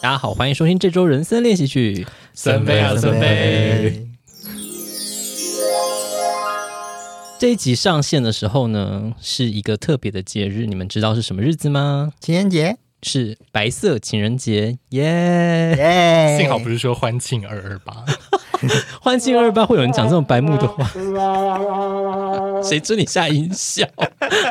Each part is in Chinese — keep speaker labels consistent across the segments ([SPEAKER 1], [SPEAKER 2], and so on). [SPEAKER 1] 大家好，欢迎收听这周人生练习曲。
[SPEAKER 2] 森杯啊，森杯！
[SPEAKER 1] 这一集上线的时候呢，是一个特别的节日，你们知道是什么日子吗？
[SPEAKER 3] 情人节，
[SPEAKER 1] 是白色情人节，耶、
[SPEAKER 3] 耶！
[SPEAKER 2] 幸好不是说欢庆二二八，
[SPEAKER 1] 欢庆二八会有人讲这种白目的话，谁准你下音效？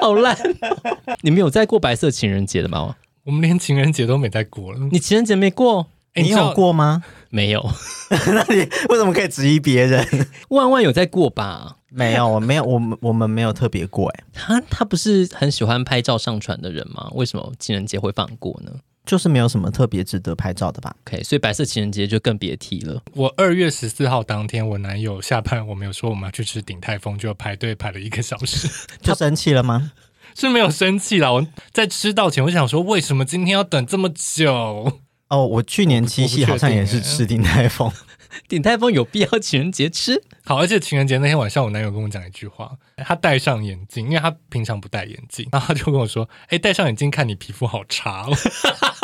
[SPEAKER 1] 好烂哦、你们有在过白色情人节的吗？
[SPEAKER 2] 我们连情人节都没再过了。
[SPEAKER 1] 你情人节没过？
[SPEAKER 2] 哎
[SPEAKER 3] 你
[SPEAKER 2] 知道
[SPEAKER 3] 有过吗？
[SPEAKER 1] 没有，
[SPEAKER 3] 那你为什么可以质疑别人？
[SPEAKER 1] 万万有在过吧？
[SPEAKER 3] 没有，我没有，我们我们没有特别过、哎，
[SPEAKER 1] 他他不是很喜欢拍照上传的人吗？为什么情人节会放过呢
[SPEAKER 3] 就是没有什么特别值得拍照的吧？
[SPEAKER 1] ？OK，所以白色情人节就更别提了。
[SPEAKER 2] 我二月十四号当天，我男友下班，我们有说我们要去吃鼎泰丰，就排队排了一个小时，
[SPEAKER 3] 就生气了吗？
[SPEAKER 2] 是没有生气啦。我在吃到前，我想说为什么今天要等这么久？
[SPEAKER 3] 哦，我去年七夕好像也是吃鼎泰丰，
[SPEAKER 1] 鼎泰丰有必要 情人节吃？
[SPEAKER 2] 好，而且情人节那天晚上，我男友跟我讲一句话，他戴上眼镜，因为他平常不戴眼镜，然后他就跟我说：“哎，戴上眼镜看你皮肤好差、 哦。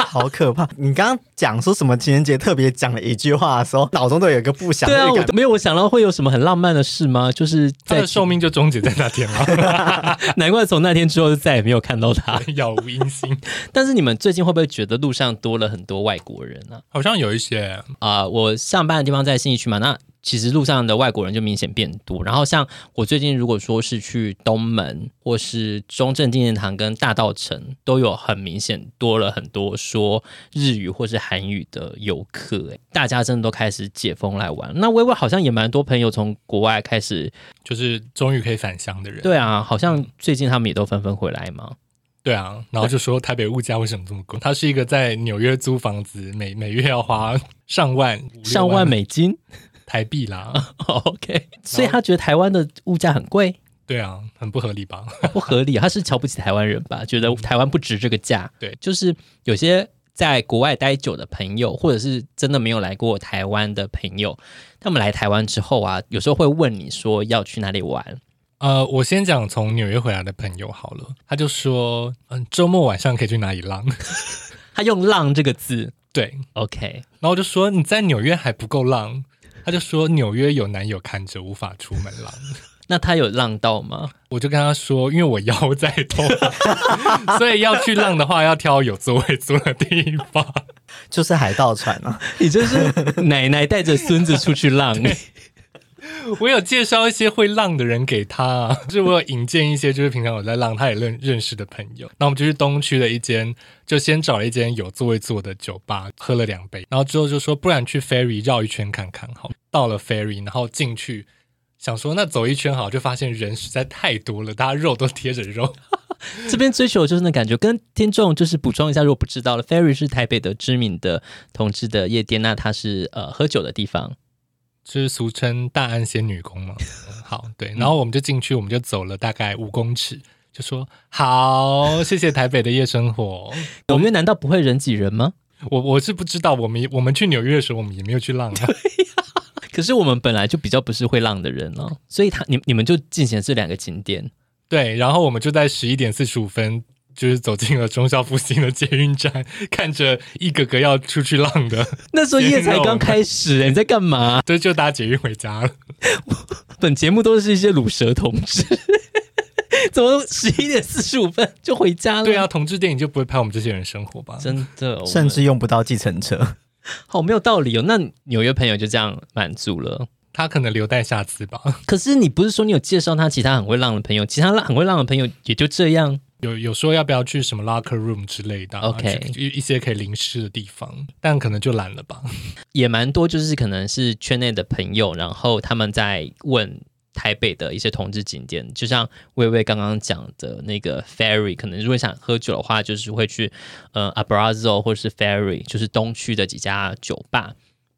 [SPEAKER 3] 好可怕！你刚刚讲说什么情人节特别讲了一句话的时候，脑中都有一个不祥
[SPEAKER 1] 对
[SPEAKER 3] 的
[SPEAKER 1] 啊，
[SPEAKER 3] 预
[SPEAKER 1] 我
[SPEAKER 3] 感。
[SPEAKER 1] 没有我想到会有什么很浪漫的事吗？就是”
[SPEAKER 2] 他
[SPEAKER 1] 在
[SPEAKER 2] 的寿命就终结在那天了，
[SPEAKER 1] 难怪从那天之后就再也没有看到他。
[SPEAKER 2] 杳无音信。
[SPEAKER 1] 但是你们最近会不会觉得路上多了很多外国人啊呢、
[SPEAKER 2] 好像有一些
[SPEAKER 1] 啊、我上班的地方在信义区嘛，那其实路上的外国人就明显变多。然后像我最近如果说是去东门或是中正纪念堂跟大道城，都有很明显多了很多说日语或是韩语的游客、诶大家真的都开始解封来玩。那微微好像也蛮多朋友从国外开始，
[SPEAKER 2] 就是终于可以返乡的人，
[SPEAKER 1] 对啊，好像最近他们也都纷纷回来嘛。
[SPEAKER 2] 对啊，然后就说台北物价为什么这么贵？他是一个在纽约租房子，每每月要花上万、五六
[SPEAKER 1] 上万啊美金哦
[SPEAKER 2] 台币啦。
[SPEAKER 1] ，OK，所以他觉得台湾的物价很贵。
[SPEAKER 2] 对啊，很不合理吧？
[SPEAKER 1] 不合理，他是瞧不起台湾人吧？觉得台湾不值这个价。
[SPEAKER 2] 对
[SPEAKER 1] 就是有些在国外待久的朋友，或者是真的没有来过台湾的朋友，他们来台湾之后啊，有时候会问你说要去哪里玩。
[SPEAKER 2] 呃，我先讲从纽约回来的朋友好了，他就说，嗯，周末晚上可以去哪里浪？
[SPEAKER 1] 他用“浪”这个字
[SPEAKER 2] 对，
[SPEAKER 1] 嗯，OK，
[SPEAKER 2] 然后我就说你在纽约还不够浪，他就说纽约有男友看着无法出门浪。
[SPEAKER 1] 那他有浪到吗？
[SPEAKER 2] 我就跟他说，因为我腰在痛， 所以要去浪的话，要挑有座位坐的地方。
[SPEAKER 3] 就是海盗船啊，
[SPEAKER 1] 你真是 奶奶带着孙子出去 浪，
[SPEAKER 2] 我有介绍一些会浪的人给他、啊， 就是我有引荐一些，就是平常有在浪，他也认认识的朋友。那我们就去东区的一间，就先找了一间有座位坐的酒吧，喝了两杯，然后之后就说，不然去 Ferry 绕一圈看看好了。到了 Ferry，然后进去，想说那走一圈好，就发现人实在太多了，大家肉都贴着肉。
[SPEAKER 1] 这边追求的就是那感觉。跟听众就是补充一下，如果不知道了，Ferry 是台北的知名的同志的夜店，那它是呃喝酒的地方。
[SPEAKER 2] 就是俗称大安仙女宫嘛。 好，对，然后我们就进去，我们就走了大概五公尺，就说好，谢谢台北的夜生活。
[SPEAKER 1] 纽约难道不会人挤人吗？
[SPEAKER 2] 我我是不知道，我们我们去纽约的时候，我们也没有去浪啊。
[SPEAKER 1] 可是我们本来就比较不是会浪的人哦，所以他你你们就进行了这两个景点，
[SPEAKER 2] 对，然后我们就在十一点四十五分，就是走进了忠孝复兴的捷运站，看着一个个要出去浪的，
[SPEAKER 1] 那时候夜才刚开始、欸你在干嘛？
[SPEAKER 2] 对，就搭捷运回家了。
[SPEAKER 1] 本节目都是一些卤蛇同志， 怎么十一点四十五分就回家了？
[SPEAKER 2] 对啊，，同志电影就不会拍我们这些人生活吧？
[SPEAKER 1] 真的，
[SPEAKER 3] 甚
[SPEAKER 1] 我
[SPEAKER 3] 至用不到计程车。
[SPEAKER 1] 们好没有道理哦。那纽约朋友就这样满足了。
[SPEAKER 2] 他可能留待下次吧。
[SPEAKER 1] 可是你不是说你有介绍他其他很会浪的朋友，其他浪很会浪的朋友也就这样。
[SPEAKER 2] 有有说要不要去什么 locker room 之类的啊
[SPEAKER 1] OK
[SPEAKER 2] 去一一些可以淋湿的地方，但可能就懒了吧。
[SPEAKER 1] 也蛮多，就是可能是圈内的朋友，然后他们在问台北的一些同志景点，就像薇薇刚刚讲的那个 Ferry，可能如果想喝酒的话，就是会去呃 Abrazo 或是 Ferry，就是东区的几家酒吧。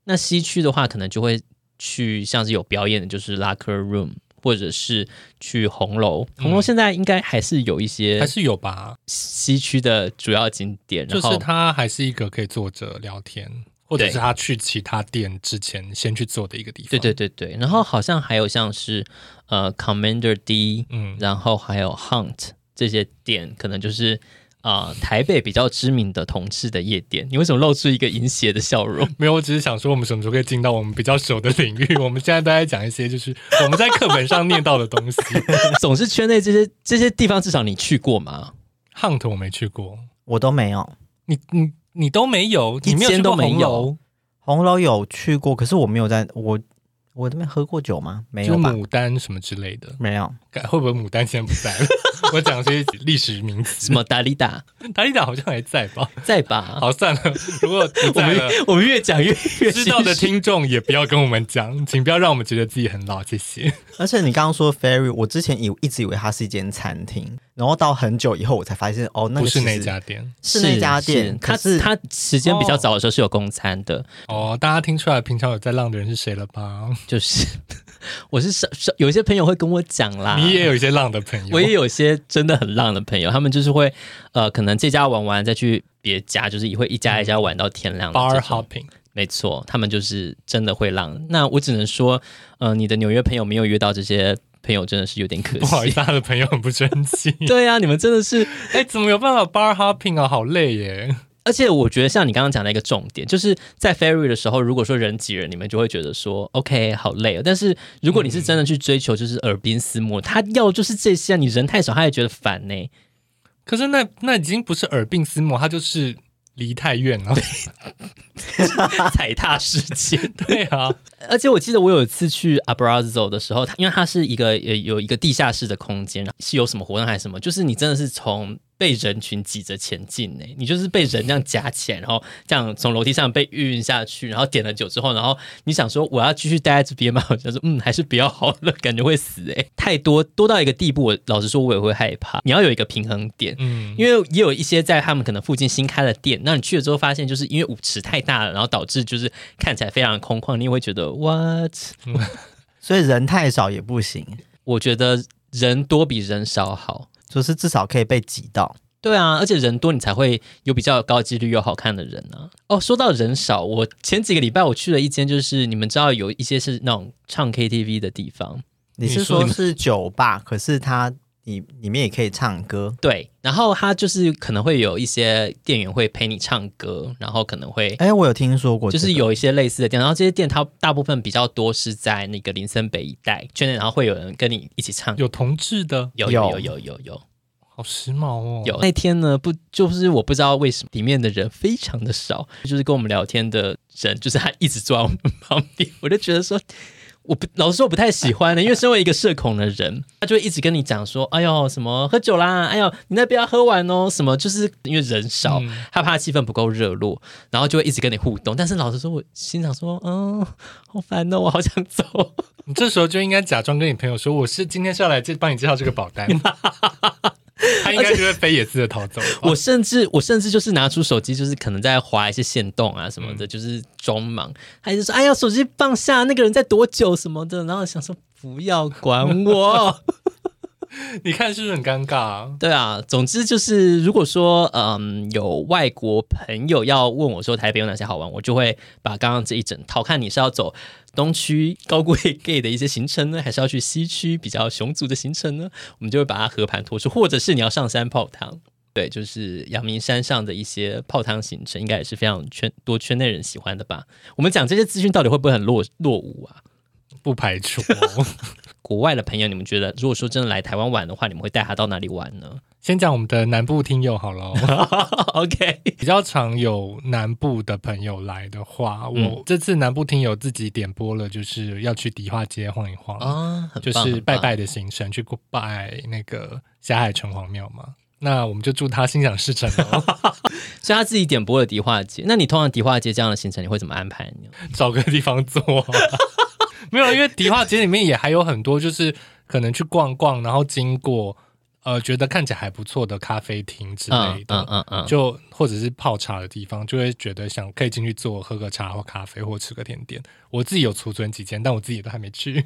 [SPEAKER 1] 那西区的话，可能就会去像是有表演的，就是 Locker Room。或者是去红楼，红楼现在应该还是有一
[SPEAKER 2] 嗯
[SPEAKER 1] 些
[SPEAKER 2] 还是有吧，
[SPEAKER 1] 西区的主要景点，
[SPEAKER 2] 就
[SPEAKER 1] 然后
[SPEAKER 2] 是他还是一个可以坐着聊天，或者
[SPEAKER 1] 对
[SPEAKER 2] 是他去其他店之前先去做的一个地方。
[SPEAKER 1] 对对，对对，然后好像还有像是呃 Commander D，
[SPEAKER 2] 嗯，
[SPEAKER 1] 然后还有 Hunt 这些店，可能就是啊、台北比较知名的同志的夜店，你为什么露出一个淫邪的笑容？
[SPEAKER 2] 没有，我只是想说，我们什么时候可以进到我们比较熟的领域？我们现在都在讲一些就是 我们在课本上念到的东西。
[SPEAKER 1] 总是圈内这些这些地方，至少你去过吗？
[SPEAKER 2] Hunt 我没去过，
[SPEAKER 3] 我都没有。
[SPEAKER 2] 你你你都没有，你没有
[SPEAKER 1] 一
[SPEAKER 2] 去
[SPEAKER 1] 间
[SPEAKER 2] 过
[SPEAKER 1] 都没有
[SPEAKER 2] 红楼，
[SPEAKER 3] 红楼有去过，可是我没有在我我那边喝过酒吗？没
[SPEAKER 2] 就是
[SPEAKER 3] 有吧，
[SPEAKER 2] 牡丹什么之类的。
[SPEAKER 3] 没有。
[SPEAKER 2] 该会不会牡丹现在不在了？ 我讲这些历史名词，
[SPEAKER 1] 什么达利达
[SPEAKER 2] 达利达好像还在吧？
[SPEAKER 1] 在吧？
[SPEAKER 2] 好，算了，如果不
[SPEAKER 1] 我
[SPEAKER 2] 在
[SPEAKER 1] 们
[SPEAKER 2] 了。
[SPEAKER 1] 我们越讲越越
[SPEAKER 2] 知道的
[SPEAKER 1] 心虚
[SPEAKER 2] 听众也不要跟我们讲，请不要让我们觉得自己很老，谢谢。
[SPEAKER 3] 而且你刚刚说 Ferry，我之前以一直以为它是一间餐厅，然后到很久以后我才发现，哦，那
[SPEAKER 2] 不
[SPEAKER 3] 个
[SPEAKER 2] 是
[SPEAKER 3] 其
[SPEAKER 2] 那
[SPEAKER 3] 实
[SPEAKER 2] 家店
[SPEAKER 3] 是那家店，可
[SPEAKER 1] 他
[SPEAKER 3] 是
[SPEAKER 1] 他时间比较早的时候是有供餐的，
[SPEAKER 2] 哦，大家听出来平常有在浪的人是谁了吧？
[SPEAKER 1] 就是 我是少少有一些朋友会跟我讲啦，
[SPEAKER 2] 你也有一些浪的朋友，
[SPEAKER 1] 啊我也有些真的很浪的朋友， 他们就是会呃，可能这家玩完再去别家，就是也会一家一家玩到天亮的
[SPEAKER 2] bar
[SPEAKER 1] 这种
[SPEAKER 2] hopping，
[SPEAKER 1] 没错，他们就是真的会浪。那我只能说，呃，你的纽约朋友没有约到这些朋友，真的是有点可惜。
[SPEAKER 2] 不好意思，他的朋友很不争气。
[SPEAKER 1] 对啊呀、你们真的是，
[SPEAKER 2] 哎，怎么有办法 bar hopping 啊？好累耶！
[SPEAKER 1] 而且我觉得像你刚刚讲的一个重点，就是在 ferry 的时候，如果说人挤人，你们就会觉得说 OK 好累、哦。但是如果你是真的去追求，就是耳鬓厮磨，他要就是这些啊，你人太少，他也觉得烦 呢、
[SPEAKER 2] 可是那那已经不是耳鬓厮磨，他就是离太远了。
[SPEAKER 1] 踩踏世界。
[SPEAKER 2] 对啊，
[SPEAKER 1] 而且我记得我有一次去 Abrazo 的时候，它因为它是一个呃有一个地下室的空间，是有什么活动还是什么，就是你真的是从被人群挤着前进呢、你就是被人这样夹起来，然后这样从楼梯上被运下去，然后点了酒之后，然后你想说我要继续待在这边吗？我想说嗯，还是不要好了，感觉会死哎、太多多到一个地步，我老实说我也会害怕。你要有一个平衡点，
[SPEAKER 2] 嗯，
[SPEAKER 1] 因为也有一些在他们可能附近新开的店，那你去了之后发现，就是因为舞池太大了，然后导致就是看起来非常空旷，你也会觉得 what？
[SPEAKER 3] 所以人太少也不行，
[SPEAKER 1] 我觉得人多比人少好。
[SPEAKER 3] 就是至少可以被挤到。
[SPEAKER 1] 对啊，而且人多你才会有比较高几率又好看的人啊。哦，说到人少，我前几个礼拜我去了一间，就是你们知道有一些是那种唱 KTV 的地方，
[SPEAKER 3] 你
[SPEAKER 2] 你
[SPEAKER 3] 是
[SPEAKER 2] 说
[SPEAKER 3] 说是酒吧，可是它里里面也可以唱歌，
[SPEAKER 1] 对，然后他就是可能会有一些店员会陪你唱歌，然后可能会
[SPEAKER 3] 哎、我有听说过、
[SPEAKER 1] 就是，有一些类似的店，然后这些店它大部分比较多是在那个林森北一带圈内，然后会有人跟你一起唱。
[SPEAKER 2] 有同志的，
[SPEAKER 1] 有有有有有有
[SPEAKER 2] 好时髦哦。
[SPEAKER 1] 有那天呢，不就是我不知道为什么里面的人非常的少，就是跟我们聊天的人，就是他一直坐在我们旁边，我就觉得说，我不老实说我不太喜欢的，因为 身为一个社恐的人，他就会一直跟你讲说，哎呦什么喝酒啦，哎呦你那边要喝完哦，什么就是因为人少，
[SPEAKER 2] 嗯
[SPEAKER 1] 害怕气氛不够热络，然后就会一直跟你互动。但是老实说，我心想说，嗯，好烦哦，我好想走。
[SPEAKER 2] 你这时候就应该假装跟你朋友说，我是今天是要来这帮你介绍这个保 单。他应该就会飞也似的逃走。
[SPEAKER 1] 我甚至我甚至就是拿出手机，就是可能在划一些线动啊什么的，就是装忙。他就说，哎呀，手机放下，那个人在多久什么的。然后想说，不要管我。
[SPEAKER 2] 你看是不是很尴尬、啊？
[SPEAKER 1] 对啊，总之就是，如果说嗯有外国朋友要问我说台北有哪些好玩，我就会把刚刚这一整套，看你是要走东区高贵 gay 的一些行程呢，还是要去西区比较雄族的行程呢，我们就会把它和盘托出，或者是你要上山泡汤。对，就是阳明山上的一些泡汤行程，应该也是非常圈多圈内人喜欢的吧。我们讲这些资讯到底会不会很落落伍啊？
[SPEAKER 2] 不排除。哦
[SPEAKER 1] 国外的朋友，你们觉得如果说真的来台湾玩的话，你们会带他到哪里玩呢
[SPEAKER 2] 先讲我们的南部听友好了哦，
[SPEAKER 1] ？OK，
[SPEAKER 2] 比较常有南部的朋友来的话，我
[SPEAKER 1] 嗯
[SPEAKER 2] 这次南部听友自己点播了，就是要去迪化街晃一晃，
[SPEAKER 1] 啊，很棒
[SPEAKER 2] 哦就是拜。
[SPEAKER 1] 很棒
[SPEAKER 2] 拜的行程，去拜那个霞海城隍庙嘛。那我们就祝他心想事成 哦，
[SPEAKER 1] 所以他自己点播了迪化街。那你通常迪化街这样的行程，你会怎么安排呢？
[SPEAKER 2] 找个地方坐。 没有，因为迪化街里面也还有很多，就是可能去逛逛，然后经过呃觉得看起来还不错的咖啡厅之类
[SPEAKER 1] 嗯
[SPEAKER 2] 的，
[SPEAKER 1] 嗯嗯嗯，
[SPEAKER 2] 就或者是泡茶的地方，就会觉得想可以进去坐喝个茶或咖啡或吃个甜点。我自己有储存几间，但我自己都还没去。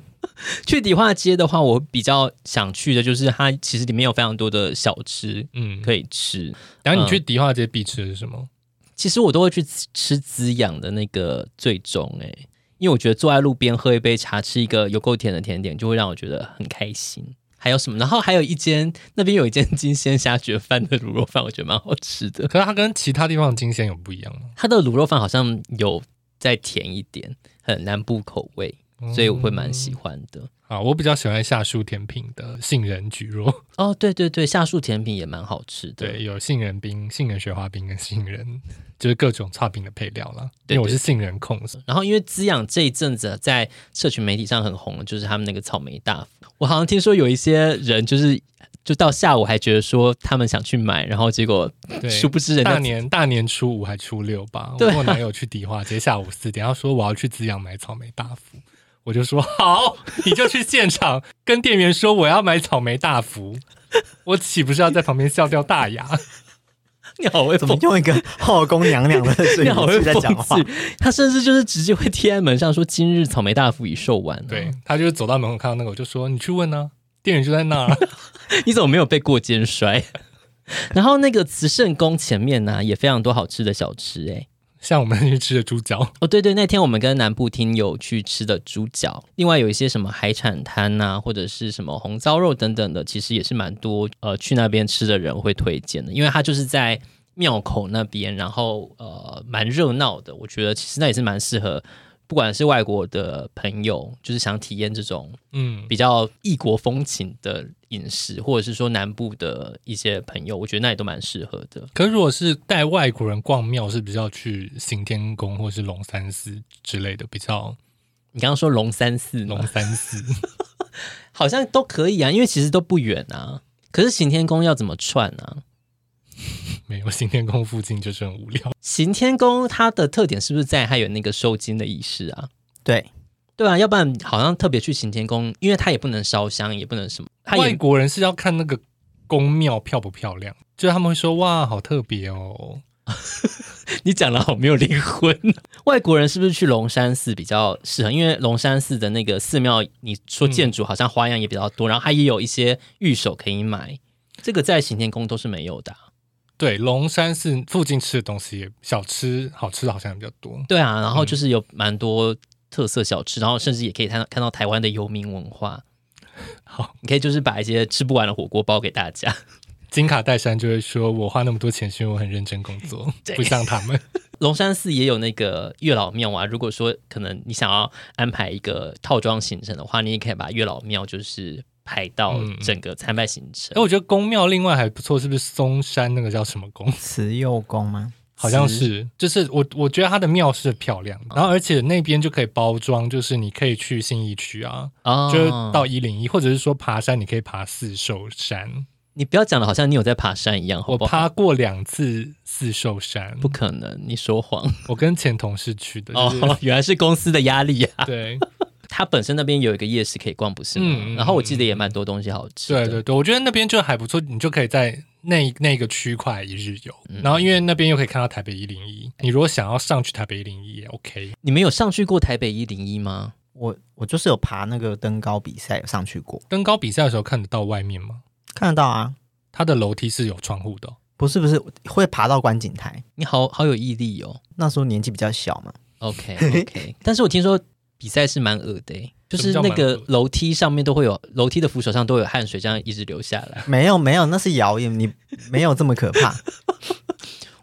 [SPEAKER 1] 去迪化街的话，我比较想去的就是它其实里面有非常多的小吃
[SPEAKER 2] 嗯，
[SPEAKER 1] 可以吃。
[SPEAKER 2] 然后你去迪化街必吃的是什么？
[SPEAKER 1] 其实我都会去吃吃滋养的那个最终哎、欸因为我觉得坐在路边喝一杯茶，吃一个有够甜的甜点，就会让我觉得很开心。还有什么？然后还有一间那边有一间金鲜虾卷饭的卤肉饭，我觉得蛮好吃的。
[SPEAKER 2] 可是它跟其他地方的金鲜有不一样吗？
[SPEAKER 1] 它的卤肉饭好像有再甜一点，很南部口味，所以我会蛮喜欢的。
[SPEAKER 2] 啊，我比较喜欢夏树甜品的杏仁焗肉，
[SPEAKER 1] 哦，对对对，夏树甜品也蛮好吃的。
[SPEAKER 2] 对，有杏仁冰、杏仁雪花冰跟杏仁，就是各种差冰的配料啦。
[SPEAKER 1] 对
[SPEAKER 2] 因为我
[SPEAKER 1] 对
[SPEAKER 2] 是杏仁控，
[SPEAKER 1] 然后因为滋养这一阵子在社群媒体上很红，就是他们那个草莓大福。我好像听说有一些人就是就到下午还觉得说他们想去买，然后结果
[SPEAKER 2] 对，
[SPEAKER 1] 殊不知人
[SPEAKER 2] 大
[SPEAKER 1] 家
[SPEAKER 2] 年大年初五还初六吧，我
[SPEAKER 1] 对啊
[SPEAKER 2] 跟我男友去迪化街，下午四点，他说我要去资阳买草莓大福，我就说好，你就去现场跟店员说我要买草莓大福，我岂不是要在旁边笑掉大牙？
[SPEAKER 1] 你好会
[SPEAKER 3] 怎么
[SPEAKER 1] 讽，
[SPEAKER 3] 用一个后宫 娘娘的声
[SPEAKER 1] 你
[SPEAKER 3] 音
[SPEAKER 1] 好会
[SPEAKER 3] 在讲话
[SPEAKER 1] 讽？刺，他甚至就是直接会贴在门上说今日草莓大福已售完、，
[SPEAKER 2] 对他就是走到门口看到那个，我就说你去问呢、店员就在那儿啊，
[SPEAKER 1] 你怎么没有被过肩摔？ 然后那个慈圣宫前面呢、也非常多好吃的小吃、哎，
[SPEAKER 2] 像我们去吃的猪脚，
[SPEAKER 1] 哦，对对，那天我们跟南部听友去吃的猪脚，另外有一些什么海产摊呐、或者是什么红烧肉等等的，其实也是蛮多呃去那边吃的人会推荐的，因为它就是在庙口那边，然后呃蛮热闹的，我觉得其实那也是蛮适合。不管是外国的朋友，就是想体验这种
[SPEAKER 2] 嗯，
[SPEAKER 1] 比较异国风情的饮食，或者是说南部的一些朋友，我觉得那也都蛮适合的。
[SPEAKER 2] 可是如果是带外国人逛庙，是比较去行天宫或是龙山寺之类的，比较
[SPEAKER 1] 你刚刚说龙山寺吗？
[SPEAKER 2] 龙山寺。
[SPEAKER 1] 好像都可以啊，因为其实都不远啊。可是行天宫要怎么串啊？
[SPEAKER 2] 没有，行天宫附近就是很无聊。
[SPEAKER 1] 行天宫它的特点是不是在它有那个收金的仪式啊？
[SPEAKER 3] 对，
[SPEAKER 1] 对啊，要不然好像特别去行天宫，因为它也不能烧香，也不能什么，它
[SPEAKER 2] 外
[SPEAKER 1] 也
[SPEAKER 2] 国人是要看那个宫庙漂不漂亮，就是他们会说哇，好特别哦。
[SPEAKER 1] 你讲的好没有灵魂。 外国人是不是去龙山寺比较适合？因为龙山寺的那个寺庙，你说建筑好像花样也比较多，然后它也有一些玉手可以买，这个在行天宫都是没有的啊、
[SPEAKER 2] 对，龙山寺附近吃的东西也小吃好吃的好像也比较多。
[SPEAKER 1] 对啊，然后就是有蛮多特色小吃，然后甚至也可以看到看到台湾的游民文化。
[SPEAKER 2] 好，
[SPEAKER 1] 你可以就是把一些吃不完的火锅包给大家。
[SPEAKER 2] 金卡戴珊就会说，我花那么多钱是因为我很认真工作，
[SPEAKER 1] 对
[SPEAKER 2] 不像他们。
[SPEAKER 1] 龙山寺也有那个月老庙啊，如果说可能你想要安排一个套装行程的话，你也可以把月老庙就是排到
[SPEAKER 2] 嗯嗯
[SPEAKER 1] 整个参拜行程。
[SPEAKER 2] 哎，我觉得宫庙另外还不错，是不是松山那个叫什么宫？
[SPEAKER 3] 慈幼宫吗？
[SPEAKER 2] 好像是，就是我我觉得它的庙是漂亮
[SPEAKER 1] 嗯
[SPEAKER 2] 的，然后而且那边就可以包装，就是你可以去信义区啊，
[SPEAKER 1] 哦
[SPEAKER 2] 就是到一零一，或者是说爬山，你可以爬四兽山。
[SPEAKER 1] 你不要讲的好像你有在爬山一样，好
[SPEAKER 2] 我
[SPEAKER 1] 不好？
[SPEAKER 2] 爬过两次四兽山，
[SPEAKER 1] 不可能，你说谎
[SPEAKER 2] 我跟前同事去的，就是、
[SPEAKER 1] 哦，原来是公司的压力啊。
[SPEAKER 2] 对
[SPEAKER 1] 它本身那边有一个夜市可以逛，不是吗？
[SPEAKER 2] 嗯嗯嗯
[SPEAKER 1] 然后我记得也蛮多东西好吃的。
[SPEAKER 2] 对对对，我觉得那边就还不错，你就可以在那那个区块一日游，
[SPEAKER 1] 嗯
[SPEAKER 2] 然后因为那边又可以看到台北一零一，你如果想要上去台北一零一也 OK，
[SPEAKER 1] 你们有上去过台北一零一吗？
[SPEAKER 3] 我我就是有爬那个登高比赛有上去过，
[SPEAKER 2] 登高比赛的时候看得到外面吗？
[SPEAKER 3] 看得到啊。
[SPEAKER 2] 它的楼梯是有窗户的哦、
[SPEAKER 3] 不是不是，会爬到观景台。
[SPEAKER 1] 你好好有毅力哦。
[SPEAKER 3] 那时候年纪比较小嘛，
[SPEAKER 1] OK OK，但是我听说比赛是蛮恶的欸、就是那
[SPEAKER 2] 什么叫
[SPEAKER 1] 个
[SPEAKER 2] 蛮恶
[SPEAKER 1] 楼梯上面都会有楼梯的扶手上都有汗水这样一直流下来。
[SPEAKER 3] 没有没有，那是谣言，你没有这么可 怕。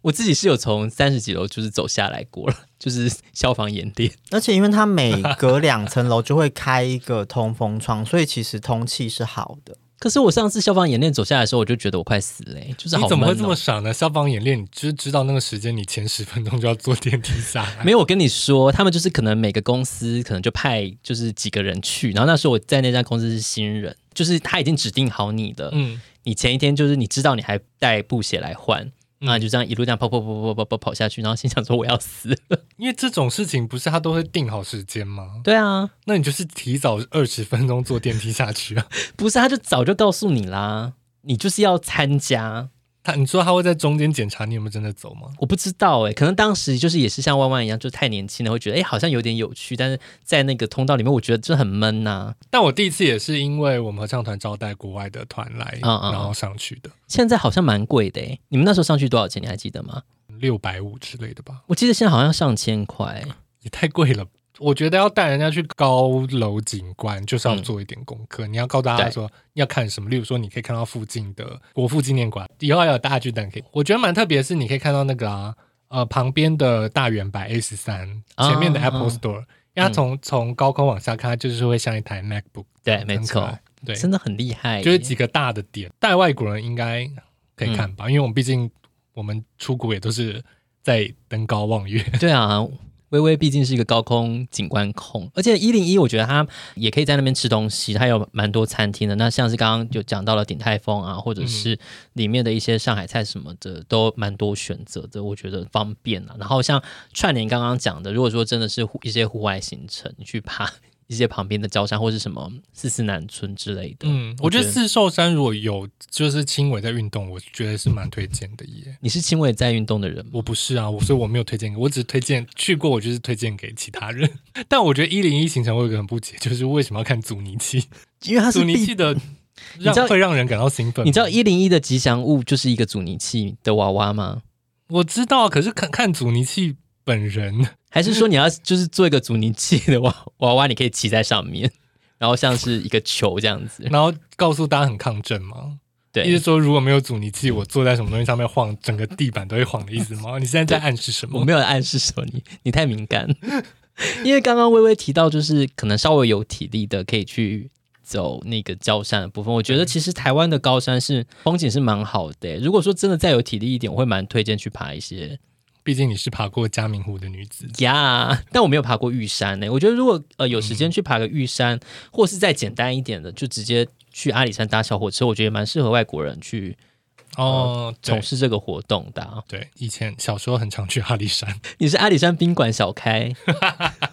[SPEAKER 1] 我自己是有从三十几楼就是走下来过了，就是消防演练。
[SPEAKER 3] 而且因为它每隔两层楼就会开一个通风窗，所以其实通气是好的。
[SPEAKER 1] 可是我上次消防演练走下来的时候，我就觉得我快死了欸、就是好
[SPEAKER 2] 你怎么
[SPEAKER 1] 闷
[SPEAKER 2] 会这
[SPEAKER 1] 哦、
[SPEAKER 2] 么傻呢？消防演练，你知知道那个时间，你前十分钟就要坐电梯下来。
[SPEAKER 1] 没有，我跟你说，他们就是可能每个公司可能就派就是几个人去，然后那时候我在那家公司是新人，就是他已经指定好你的，
[SPEAKER 2] 嗯，
[SPEAKER 1] 你前一天就是你知道你还带布鞋来换，
[SPEAKER 2] 嗯
[SPEAKER 1] 那你就这样一路这样跑跑跑跑跑跑跑下去，然后心想说我要死。
[SPEAKER 2] 因为这种事情不是他都会定好时间吗？
[SPEAKER 1] 对啊，
[SPEAKER 2] 那你就是提早二十分钟坐电梯下去啊。
[SPEAKER 1] 不是他就早就告诉你啦，你就是要参加。
[SPEAKER 2] 他你说他会在中间检查你有没有真的走吗？
[SPEAKER 1] 我不知道哎、可能当时就是也是像万万一样，就太年轻了，会觉得哎、好像有点有趣，但是在那个通道里面，我觉得这很闷啊呐、
[SPEAKER 2] 但我第一次也是因为我们合唱团招待国外的团来，
[SPEAKER 1] 嗯嗯嗯
[SPEAKER 2] 然后上去的
[SPEAKER 1] 现在好像蛮贵的哎、你们那时候上去多少钱？你还记得吗？
[SPEAKER 2] 六百五之类的吧，
[SPEAKER 1] 我记得现在好像上千块欸、
[SPEAKER 2] 也太贵了。我觉得要带人家去高楼景观，就是要做一点功课。你要告诉大
[SPEAKER 1] 嗯
[SPEAKER 2] 家
[SPEAKER 1] 对
[SPEAKER 2] 说要看什么，例如说你可以看到附近的国父纪念馆，以后还有大巨蛋可以。我觉得蛮特别的是，你可以看到那个啊，呃，旁边的大圆白 A 十三，
[SPEAKER 1] 啊
[SPEAKER 2] 前面的 Apple
[SPEAKER 1] 嗯
[SPEAKER 2] Store，、因为它从从高空往下看，它就是会像一台 MacBook，
[SPEAKER 1] 对，没
[SPEAKER 2] 很可
[SPEAKER 1] 错
[SPEAKER 2] 爱，对，
[SPEAKER 1] 真的很厉害耶，
[SPEAKER 2] 就是几个大的点，带外国人应该可以看吧，因为我们毕竟我们出国也都是在登高望远。
[SPEAKER 1] 对啊，微微毕竟是一个高空景观控，而且一零一我觉得它也可以在那边吃东西，它有蛮多餐厅的。那像是刚刚就讲到了鼎泰丰啊，或者
[SPEAKER 2] 嗯
[SPEAKER 1] 是里面的一些上海菜什么的，都蛮多选择的，我觉得方便啊。然后像串联刚刚讲的，如果说真的是户一些户外行程，你去爬 一些旁边的郊山或是什么四四南村之类的，
[SPEAKER 2] 嗯，
[SPEAKER 1] 我
[SPEAKER 2] 我觉
[SPEAKER 1] 觉
[SPEAKER 2] 得
[SPEAKER 1] 得
[SPEAKER 2] 四寿山如果有就是轻微在运动，我觉得是蛮推荐的耶。
[SPEAKER 1] 你是轻微在运动的人吗？
[SPEAKER 2] 我不是啊，我所以我没有推荐给，我只是推荐去过，我就是推荐给其他人。 但我觉得一零一行程我有个很不解，就是为什么要看阻尼器？
[SPEAKER 3] 因为它
[SPEAKER 2] 阻
[SPEAKER 3] 是
[SPEAKER 2] 尼
[SPEAKER 3] 必
[SPEAKER 2] 器的让
[SPEAKER 1] 知道
[SPEAKER 2] 会让人感到兴奋吗。
[SPEAKER 1] 你知道一零一的吉祥物就是一个阻尼器的娃娃吗？
[SPEAKER 2] 我知道，可是看看阻尼器本人，
[SPEAKER 1] 还是说你要就是做一个阻尼器的娃娃娃，你可以骑在上面， 然后像是一个球这样子。
[SPEAKER 2] 然后告诉大家很抗震吗？意思
[SPEAKER 1] 对，
[SPEAKER 2] 说，如果没有阻尼器，
[SPEAKER 1] 嗯
[SPEAKER 2] 我坐在什么东西上面晃，整个地板都会晃的意思 吗？你现在在暗示什
[SPEAKER 1] 我
[SPEAKER 2] 么？
[SPEAKER 1] 没有暗示什么，你你太敏感。 因为刚刚微微提到，就是可能稍微有体力的可以去走那个郊山的部分。我
[SPEAKER 2] 嗯
[SPEAKER 1] 觉得其实台湾的高山是风景是蛮好的欸、如果说真的再有体力一点，我会蛮推荐去爬一些
[SPEAKER 2] 毕竟你是爬过嘉明湖的女子，
[SPEAKER 1] 呀但我没有爬过玉山呢、我觉得如果呃有时
[SPEAKER 2] 嗯
[SPEAKER 1] 间去爬个玉山，或是再简单一点的，就直接去阿里山搭小火车，我觉得蛮适合外国人去
[SPEAKER 2] 哦，对
[SPEAKER 1] 从事这个活动的啊、
[SPEAKER 2] 对，以前小时候很常去阿里山，
[SPEAKER 1] 你是阿里山宾馆小开，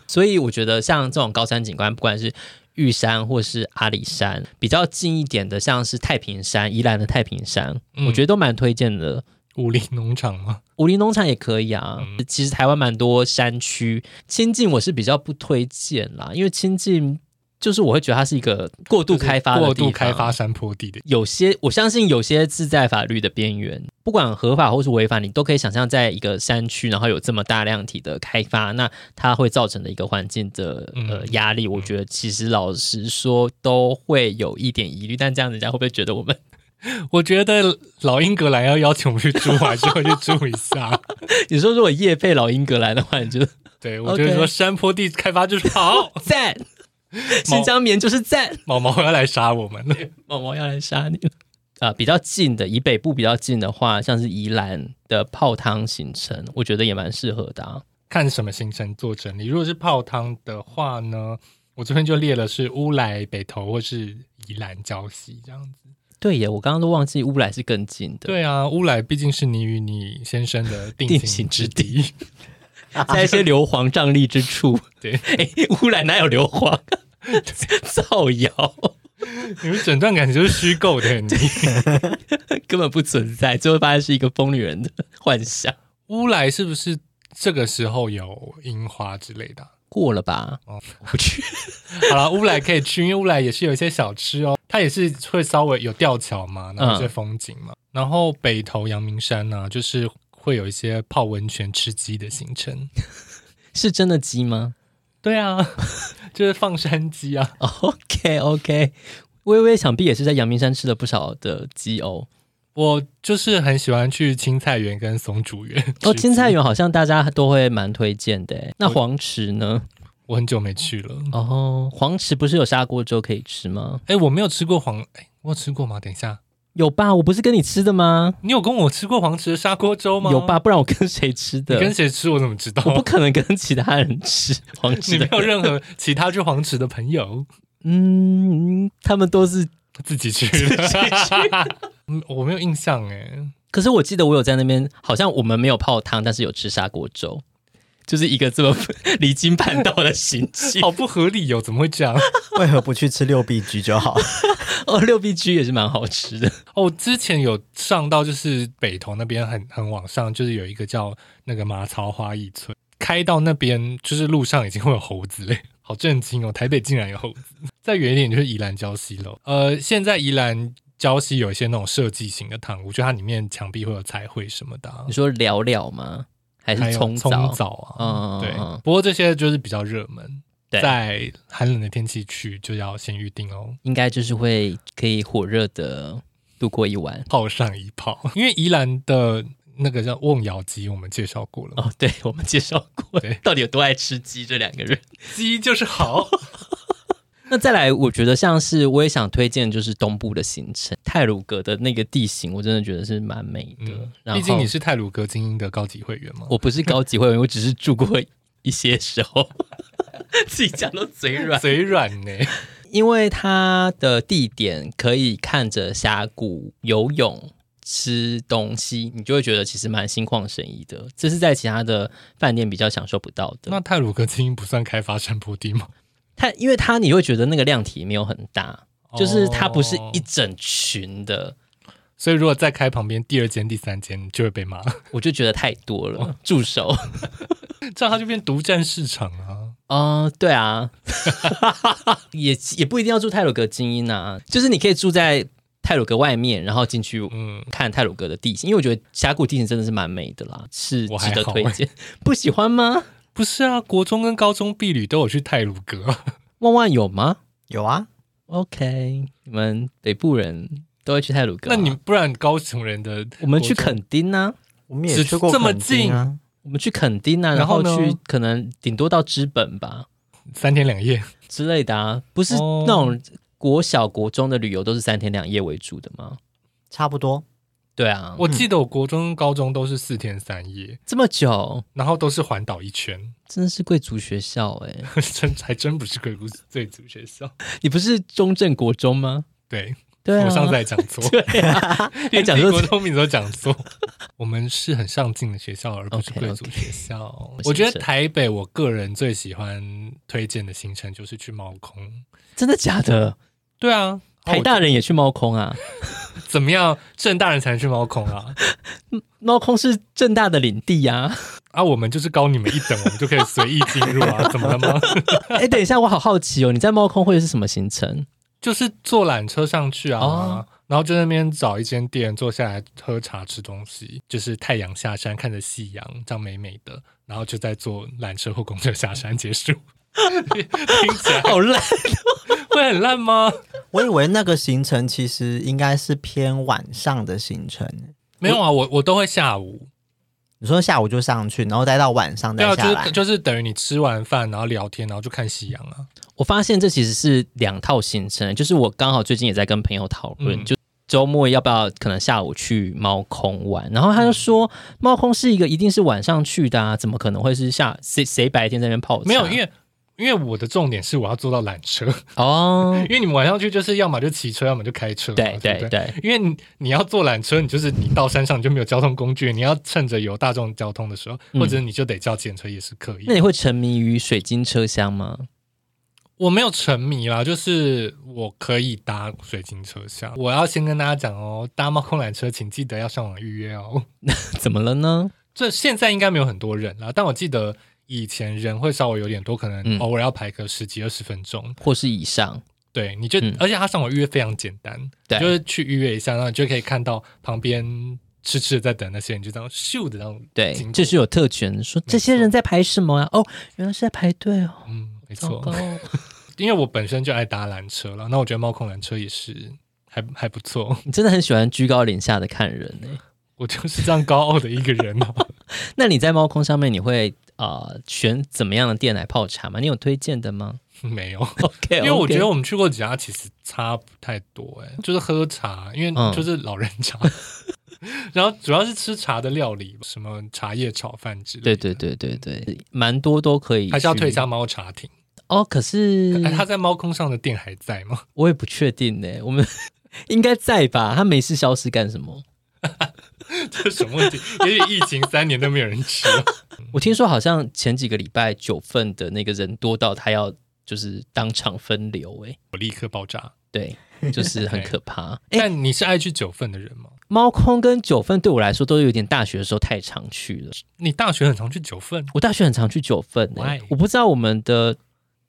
[SPEAKER 1] 所以我觉得像这种高山景观，不管是玉山或是阿里山，比较近一点的，像是太平山、宜兰的太平山，
[SPEAKER 2] 嗯
[SPEAKER 1] 我觉得都蛮推荐的。
[SPEAKER 2] 武林农场吗？
[SPEAKER 1] 武林农场也可以啊，
[SPEAKER 2] 嗯
[SPEAKER 1] 其实台湾蛮多山区，亲近我是比较不推荐啦，因为亲近就是我会觉得它是一个过度开发的
[SPEAKER 2] 过
[SPEAKER 1] 地
[SPEAKER 2] 度
[SPEAKER 1] 方
[SPEAKER 2] 开发山坡地的，
[SPEAKER 1] 有些我相信有些是在法律的边缘，不管合法或是违法，你都可以想象在一个山区，然后有这么大量体的开发，那它会造成的一个环境的呃
[SPEAKER 2] 嗯
[SPEAKER 1] 压力，我觉得其实老实说都会有一点疑虑。但这样人家会不会觉得我们
[SPEAKER 2] 我觉得老英格兰要邀请我们去住，我还是会去住一 下。
[SPEAKER 1] 你说如果夜配老英格兰的话，你觉得
[SPEAKER 2] 对，我觉得
[SPEAKER 1] OK，
[SPEAKER 2] 说山坡地开发就是好
[SPEAKER 1] 赞？新疆棉就是赞，
[SPEAKER 2] 毛毛要来杀我们了。
[SPEAKER 1] 毛毛要来杀你了。啊、比较近的，以北部比较近的话，像是宜兰的泡汤行程，我觉得也蛮适合的、啊。
[SPEAKER 2] 看什么行程做整理。如果是泡汤的话呢，我这边就列了是乌来、北投或是宜兰、礁溪这样子。
[SPEAKER 1] 对耶，我刚刚都忘记乌来是更近的。
[SPEAKER 2] 对啊，乌来毕竟是你与你先生的 定
[SPEAKER 1] 定
[SPEAKER 2] 情
[SPEAKER 1] 情
[SPEAKER 2] 之
[SPEAKER 1] 之
[SPEAKER 2] 地。
[SPEAKER 1] 在一些硫磺瘴疠之处。
[SPEAKER 2] 对
[SPEAKER 1] 哎，乌来哪有硫磺？ 造谣，
[SPEAKER 2] 你们整段感情就是虚构的。你
[SPEAKER 1] 根本不存在，最后发现是一个疯女人的幻想。
[SPEAKER 2] 乌来是不是这个时候有樱花之类的啊？
[SPEAKER 1] 过了吧？
[SPEAKER 2] 哦
[SPEAKER 1] 我去，
[SPEAKER 2] 好了，乌来可以去，因为乌来也是有一些小吃哦，它也是会稍微有吊桥嘛，然后一些风景嘛。然后北投阳明山呢、就是会有一些泡温泉、吃鸡的行程。
[SPEAKER 1] 是真的鸡吗
[SPEAKER 2] 对啊， 就是放山鸡啊。
[SPEAKER 1] ？OK OK，微微想必也是在阳明山吃了不少的鸡哦。
[SPEAKER 2] 我就是很喜欢去青菜园跟松竹园。
[SPEAKER 1] 哦，青菜，园好像大家都会蛮推荐的欸耶。那
[SPEAKER 2] 我
[SPEAKER 1] 黄池呢？
[SPEAKER 2] 我很久没去了。
[SPEAKER 1] 哦，黄池不是有砂锅粥可以吃吗？
[SPEAKER 2] 哎，我没有吃过黄，哎，我有吃过吗？等一下，
[SPEAKER 1] 有吧？我不是跟你吃的吗？
[SPEAKER 2] 你有跟我吃过黄池的砂锅粥吗？
[SPEAKER 1] 有吧？？不然我跟谁吃
[SPEAKER 2] 你
[SPEAKER 1] 的？
[SPEAKER 2] 跟谁吃？我怎么知道？
[SPEAKER 1] 我不可能跟其他人 吃黄
[SPEAKER 2] 你
[SPEAKER 1] 吃
[SPEAKER 2] 没
[SPEAKER 1] 的，
[SPEAKER 2] 有任何其他去黄池的朋友
[SPEAKER 1] 嗯，他们都是。
[SPEAKER 2] 自己去的。 嗯我没有印象 哎，
[SPEAKER 1] 可是我记得我有在那边，好像我们没有泡汤，但是有吃砂锅粥，就是一个这么 离经叛道的行径。
[SPEAKER 2] 好不合理哦，怎么会这样？
[SPEAKER 3] 为何不去吃六必居 就好？
[SPEAKER 1] 哦，六必居也是蛮好吃的，
[SPEAKER 2] 哦，我之前有上到就是北投那边很很往上，就是有一个叫那个马槽花一村，开到那边就是路上已经会有猴子嘞，好震惊哦！台北竟然有猴子。再远一点就是宜兰礁溪喽，呃，现在宜兰礁溪有一些那种设计型的堂屋，就它里面墙壁会有彩绘什么的啊、
[SPEAKER 1] 你说聊聊吗？还是
[SPEAKER 2] 还有
[SPEAKER 1] 葱
[SPEAKER 2] 葱
[SPEAKER 1] 枣，
[SPEAKER 2] 枣啊，
[SPEAKER 1] 嗯
[SPEAKER 2] 对
[SPEAKER 1] 嗯。
[SPEAKER 2] 不过这些就是比较热门，
[SPEAKER 1] 对
[SPEAKER 2] 在寒冷的天气去就要先预定哦，
[SPEAKER 1] 应该就是会可以火热的度过一晚。
[SPEAKER 2] 泡上一泡。 因为宜兰的那个叫瓮窑鸡，我们介绍过了嘛，
[SPEAKER 1] 哦，对，我们介绍过
[SPEAKER 2] 哦对，
[SPEAKER 1] 到底有多爱吃鸡这两个人。
[SPEAKER 2] 鸡就是 好。
[SPEAKER 1] 那再来，我觉得像是我也想推荐，就是东部的行程，泰鲁阁的那个地形，我真的觉得是蛮美的。
[SPEAKER 2] 嗯
[SPEAKER 1] 然后
[SPEAKER 2] 毕竟你是泰鲁格精英的高级会员 嘛，
[SPEAKER 1] 我不是高级会员，我只是住过一些时候， 自己讲都嘴软。
[SPEAKER 2] 嘴软呢、
[SPEAKER 1] 因为它的地点可以看着峡谷游泳。吃东西，你就会觉得其实蛮心旷神怡的，这是在其他的饭店比较享受不到的。
[SPEAKER 2] 那泰鲁格精英不算开发山坡地吗？
[SPEAKER 1] 它因为它你会觉得那个量体没有很大，就是它不是
[SPEAKER 2] 哦
[SPEAKER 1] 一整群的，
[SPEAKER 2] 所以如果再开旁边第二间、第三间，就会被骂。
[SPEAKER 1] 我就觉得太多了。助手，
[SPEAKER 2] 这样它就变独占市场啊！
[SPEAKER 1] 哦，对啊， 也也不一定要住泰鲁阁精英啊，就是你可以住在泰鲁阁外面，然后进去
[SPEAKER 2] 嗯，
[SPEAKER 1] 看泰鲁阁的地形，因为我觉得峡谷地形真的是蛮美的啦，是
[SPEAKER 2] 我
[SPEAKER 1] 值
[SPEAKER 2] 还
[SPEAKER 1] 得
[SPEAKER 2] 好欸
[SPEAKER 1] 推荐。不喜欢吗？
[SPEAKER 2] 不是啊，国中跟高中婢女都有去泰鲁阁，
[SPEAKER 1] 万万有吗
[SPEAKER 3] 有啊，
[SPEAKER 1] ？OK，你们北部人都会去泰鲁阁啊、
[SPEAKER 2] 那你不然高雄人的
[SPEAKER 1] 我们去
[SPEAKER 2] 国中
[SPEAKER 1] 垦丁呢、
[SPEAKER 3] 我们也
[SPEAKER 2] 只
[SPEAKER 3] 去过
[SPEAKER 2] 这么
[SPEAKER 3] 垦丁啊，
[SPEAKER 1] 我们去垦丁啊，然
[SPEAKER 2] 然后
[SPEAKER 1] 后
[SPEAKER 2] 呢
[SPEAKER 1] 去可能顶多到知本吧
[SPEAKER 2] 三天两夜，
[SPEAKER 1] 之类的啊，不是
[SPEAKER 2] 哦
[SPEAKER 1] 那种国小国中的旅游都是三天两夜为主的吗？
[SPEAKER 3] 差不多。
[SPEAKER 1] 对啊，
[SPEAKER 2] 我记得我国中、高中都是四天三夜，
[SPEAKER 1] 这么久
[SPEAKER 2] 然后都是环岛一圈，
[SPEAKER 1] 真的是贵族学校哎、
[SPEAKER 2] 真还真不是鬼谷子最族学校。
[SPEAKER 1] 你不是中正国中吗？
[SPEAKER 2] 哦对，
[SPEAKER 1] 对啊，
[SPEAKER 2] 我上次还讲错，
[SPEAKER 1] 对啊，还
[SPEAKER 2] 连
[SPEAKER 1] 讲
[SPEAKER 2] 帝
[SPEAKER 1] 说
[SPEAKER 2] 国通名都讲错。我们是很上进的学校，而不是
[SPEAKER 1] OK，OK
[SPEAKER 2] 贵族学校。我觉得台北，我个人最喜欢推荐的行程就是去猫空。
[SPEAKER 1] 真的假的？
[SPEAKER 2] 对啊，啊
[SPEAKER 1] 台
[SPEAKER 2] 我
[SPEAKER 1] 大人也去猫空啊？
[SPEAKER 2] 就怎么样？正大人才去猫空啊！
[SPEAKER 1] 猫空是正大的领地呀、 啊。
[SPEAKER 2] 啊，我们就是高你们一等，我们就可以随意进 入啊，怎么了吗？
[SPEAKER 1] 哎，等一下，我好好奇哦，你在猫空会是什么行程？
[SPEAKER 2] 就是坐缆车上去啊，
[SPEAKER 1] 哦
[SPEAKER 2] 然后就在那边找一间店坐下来喝茶吃东西，就是太阳下山看着夕阳，这样美美的，然后就再坐缆车或公车下山结束。 听起来
[SPEAKER 1] 好烂，哦
[SPEAKER 2] 会很烂吗？
[SPEAKER 3] 我以为那个行程其实应该是偏晚上的行程。
[SPEAKER 2] 没有啊，我我都会下午，
[SPEAKER 3] 你说下午就上去，然后待到晚上
[SPEAKER 2] 对
[SPEAKER 3] 再
[SPEAKER 2] 啊，
[SPEAKER 3] 下
[SPEAKER 2] 就
[SPEAKER 3] 来，
[SPEAKER 2] 是就是等于你吃完饭，然后聊天，然后就看夕阳啊。
[SPEAKER 1] 我发现这其实是两套行程，就是我刚好最近也在跟朋友讨论，
[SPEAKER 2] 嗯
[SPEAKER 1] 就周末要不要可能下午去猫空玩，然后他就说
[SPEAKER 2] 嗯
[SPEAKER 1] 猫空是一个一定是晚上去的啊，怎么可能会是下谁谁白天在那边泡茶？
[SPEAKER 2] 没有，因为因为我的重点是我要坐到缆车，
[SPEAKER 1] 哦，
[SPEAKER 2] 因为你们晚上去就是要么就骑车，要么就开车嘛，
[SPEAKER 1] 对
[SPEAKER 2] 对
[SPEAKER 1] 对
[SPEAKER 2] 不
[SPEAKER 1] 对，
[SPEAKER 2] 因为你你要坐缆车，你就是你到山上你就没有交通工具，你要趁着有大众交通的时候，
[SPEAKER 1] 嗯
[SPEAKER 2] 或者你就得叫检车也是可以。
[SPEAKER 1] 那你会沉迷于水晶车厢 吗？
[SPEAKER 2] 我没有沉迷啦，就是我可以搭水晶车厢。我要先跟大家讲哦，搭猫空缆车请记得要上网预约哦。
[SPEAKER 1] 怎么了呢？
[SPEAKER 2] 这现在应该没有很多人啦，但我记得以前人会稍微有点多，可能
[SPEAKER 1] 嗯
[SPEAKER 2] 偶尔要排个十几二十分钟。
[SPEAKER 1] 或是以上？
[SPEAKER 2] 对，你就、
[SPEAKER 1] 嗯
[SPEAKER 2] 而且他上网预约非常简单，
[SPEAKER 1] 对
[SPEAKER 2] 就是去预约一下，然后你就可以看到旁边痴痴的在等那些人，就这样咻的这样
[SPEAKER 1] 对
[SPEAKER 2] 经，过
[SPEAKER 1] 就是有特权说这些人在排什么啊？哦，原来是在排队哦，
[SPEAKER 2] 嗯，没
[SPEAKER 1] 糟
[SPEAKER 2] 错
[SPEAKER 1] 糕，。
[SPEAKER 2] 因为我本身就爱搭缆车了，那我觉得猫空缆车也是还还不错。
[SPEAKER 1] 你真的很喜欢居高临下的看人呢。
[SPEAKER 2] 我就是这样高傲的一个人哦。
[SPEAKER 1] 那你在猫空上面，你会呃选怎么样的店来泡茶吗？你有推荐的 吗
[SPEAKER 2] 没有，
[SPEAKER 1] ？OK，
[SPEAKER 2] 因为我觉得我们去过几家其实差不太多、哎，就是喝茶，因
[SPEAKER 1] 嗯
[SPEAKER 2] 为就是老人茶， 然后主要是吃茶的料理，什么茶叶炒饭之类
[SPEAKER 1] 对
[SPEAKER 2] 的。
[SPEAKER 1] 对对对对，蛮多都可以，
[SPEAKER 2] 还是要推一下。猫茶亭，
[SPEAKER 1] 哦，可是
[SPEAKER 2] 哎，他在猫空上的店还在吗？
[SPEAKER 1] 我也不确定呢，我们 应该在吧？他没事消失干什么？
[SPEAKER 2] 这是什么问题？也许疫情三年都没有人吃了。
[SPEAKER 1] 我听说好像前几个礼拜九份的那个人多到他要就是当场分流，哎，
[SPEAKER 2] 我立刻爆炸。
[SPEAKER 1] 对，就是 很可怕。哎，
[SPEAKER 2] 但你是爱去九份的人吗？
[SPEAKER 1] 猫空跟九份对我来说都有点大学的时候太常去了。
[SPEAKER 2] 你大学很常去九份，
[SPEAKER 1] 我大学很常去九份、欸
[SPEAKER 2] Why？
[SPEAKER 1] 我不知道我们的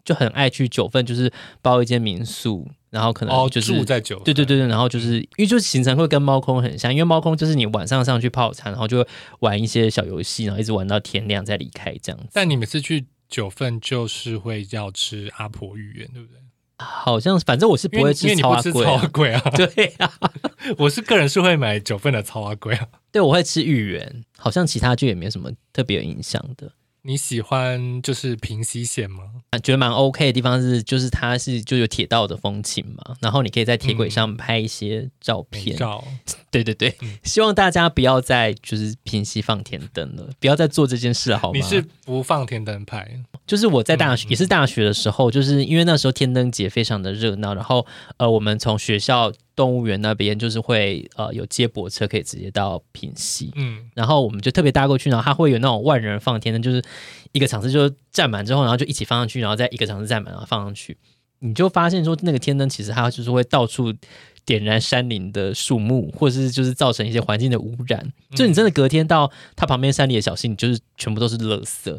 [SPEAKER 1] 就很爱去九份，就是包一间民宿，然后可
[SPEAKER 2] 哦，
[SPEAKER 1] 能就是、
[SPEAKER 2] 住在九份，
[SPEAKER 1] 对对对对，然后就是因为就是行程会跟猫空很像，因为猫空就是你晚上上去泡茶，然后就会玩一些小游戏，然后一直玩到天亮再离开这样子。
[SPEAKER 2] 但你每次去九份就是会要吃阿婆芋圆，对不对？
[SPEAKER 1] 好像反正我是不
[SPEAKER 2] 因为
[SPEAKER 1] 会
[SPEAKER 2] 因为
[SPEAKER 1] 吃
[SPEAKER 2] 你
[SPEAKER 1] 超
[SPEAKER 2] 不
[SPEAKER 1] 阿
[SPEAKER 2] 吃
[SPEAKER 1] 贵、
[SPEAKER 2] 草阿
[SPEAKER 1] 啊，
[SPEAKER 2] 贵啊，
[SPEAKER 1] 对啊，
[SPEAKER 2] 我是个人是会买九份的草阿贵啊。
[SPEAKER 1] 对我会吃芋圆，好像其他就也没有什么特别有印象的。
[SPEAKER 2] 你喜欢就是平西线吗？
[SPEAKER 1] 啊觉得蛮 OK 的地方是，就是它是就有铁道的风情嘛，然后你可以在铁
[SPEAKER 2] 嗯
[SPEAKER 1] 轨上拍一些照
[SPEAKER 2] 美
[SPEAKER 1] 片。
[SPEAKER 2] 照，
[SPEAKER 1] 对对对，
[SPEAKER 2] 嗯
[SPEAKER 1] 希望大家不要再就是平息放天灯了，不要再做这件事了，好吗？
[SPEAKER 2] 你是不放天灯牌？
[SPEAKER 1] 就是我在大学、
[SPEAKER 2] 嗯嗯
[SPEAKER 1] 也是大学的时候，就是因为那时候天灯节非常的热闹，然后呃，我们从学校动物园那边就是会呃有接驳车可以直接到平溪，
[SPEAKER 2] 嗯，
[SPEAKER 1] 然后我们就特别搭过去，然后它会有那种万人放天灯，就是一个场次就站满之后，然后就一起放上去，然后再一个场次站满，然后放上去，你就发现说那个天灯其实它就是会到处点燃山林的树木，或者是就是造成一些环境的污染。就你真的隔天到它旁边山里的小溪，你就是全部都是垃圾。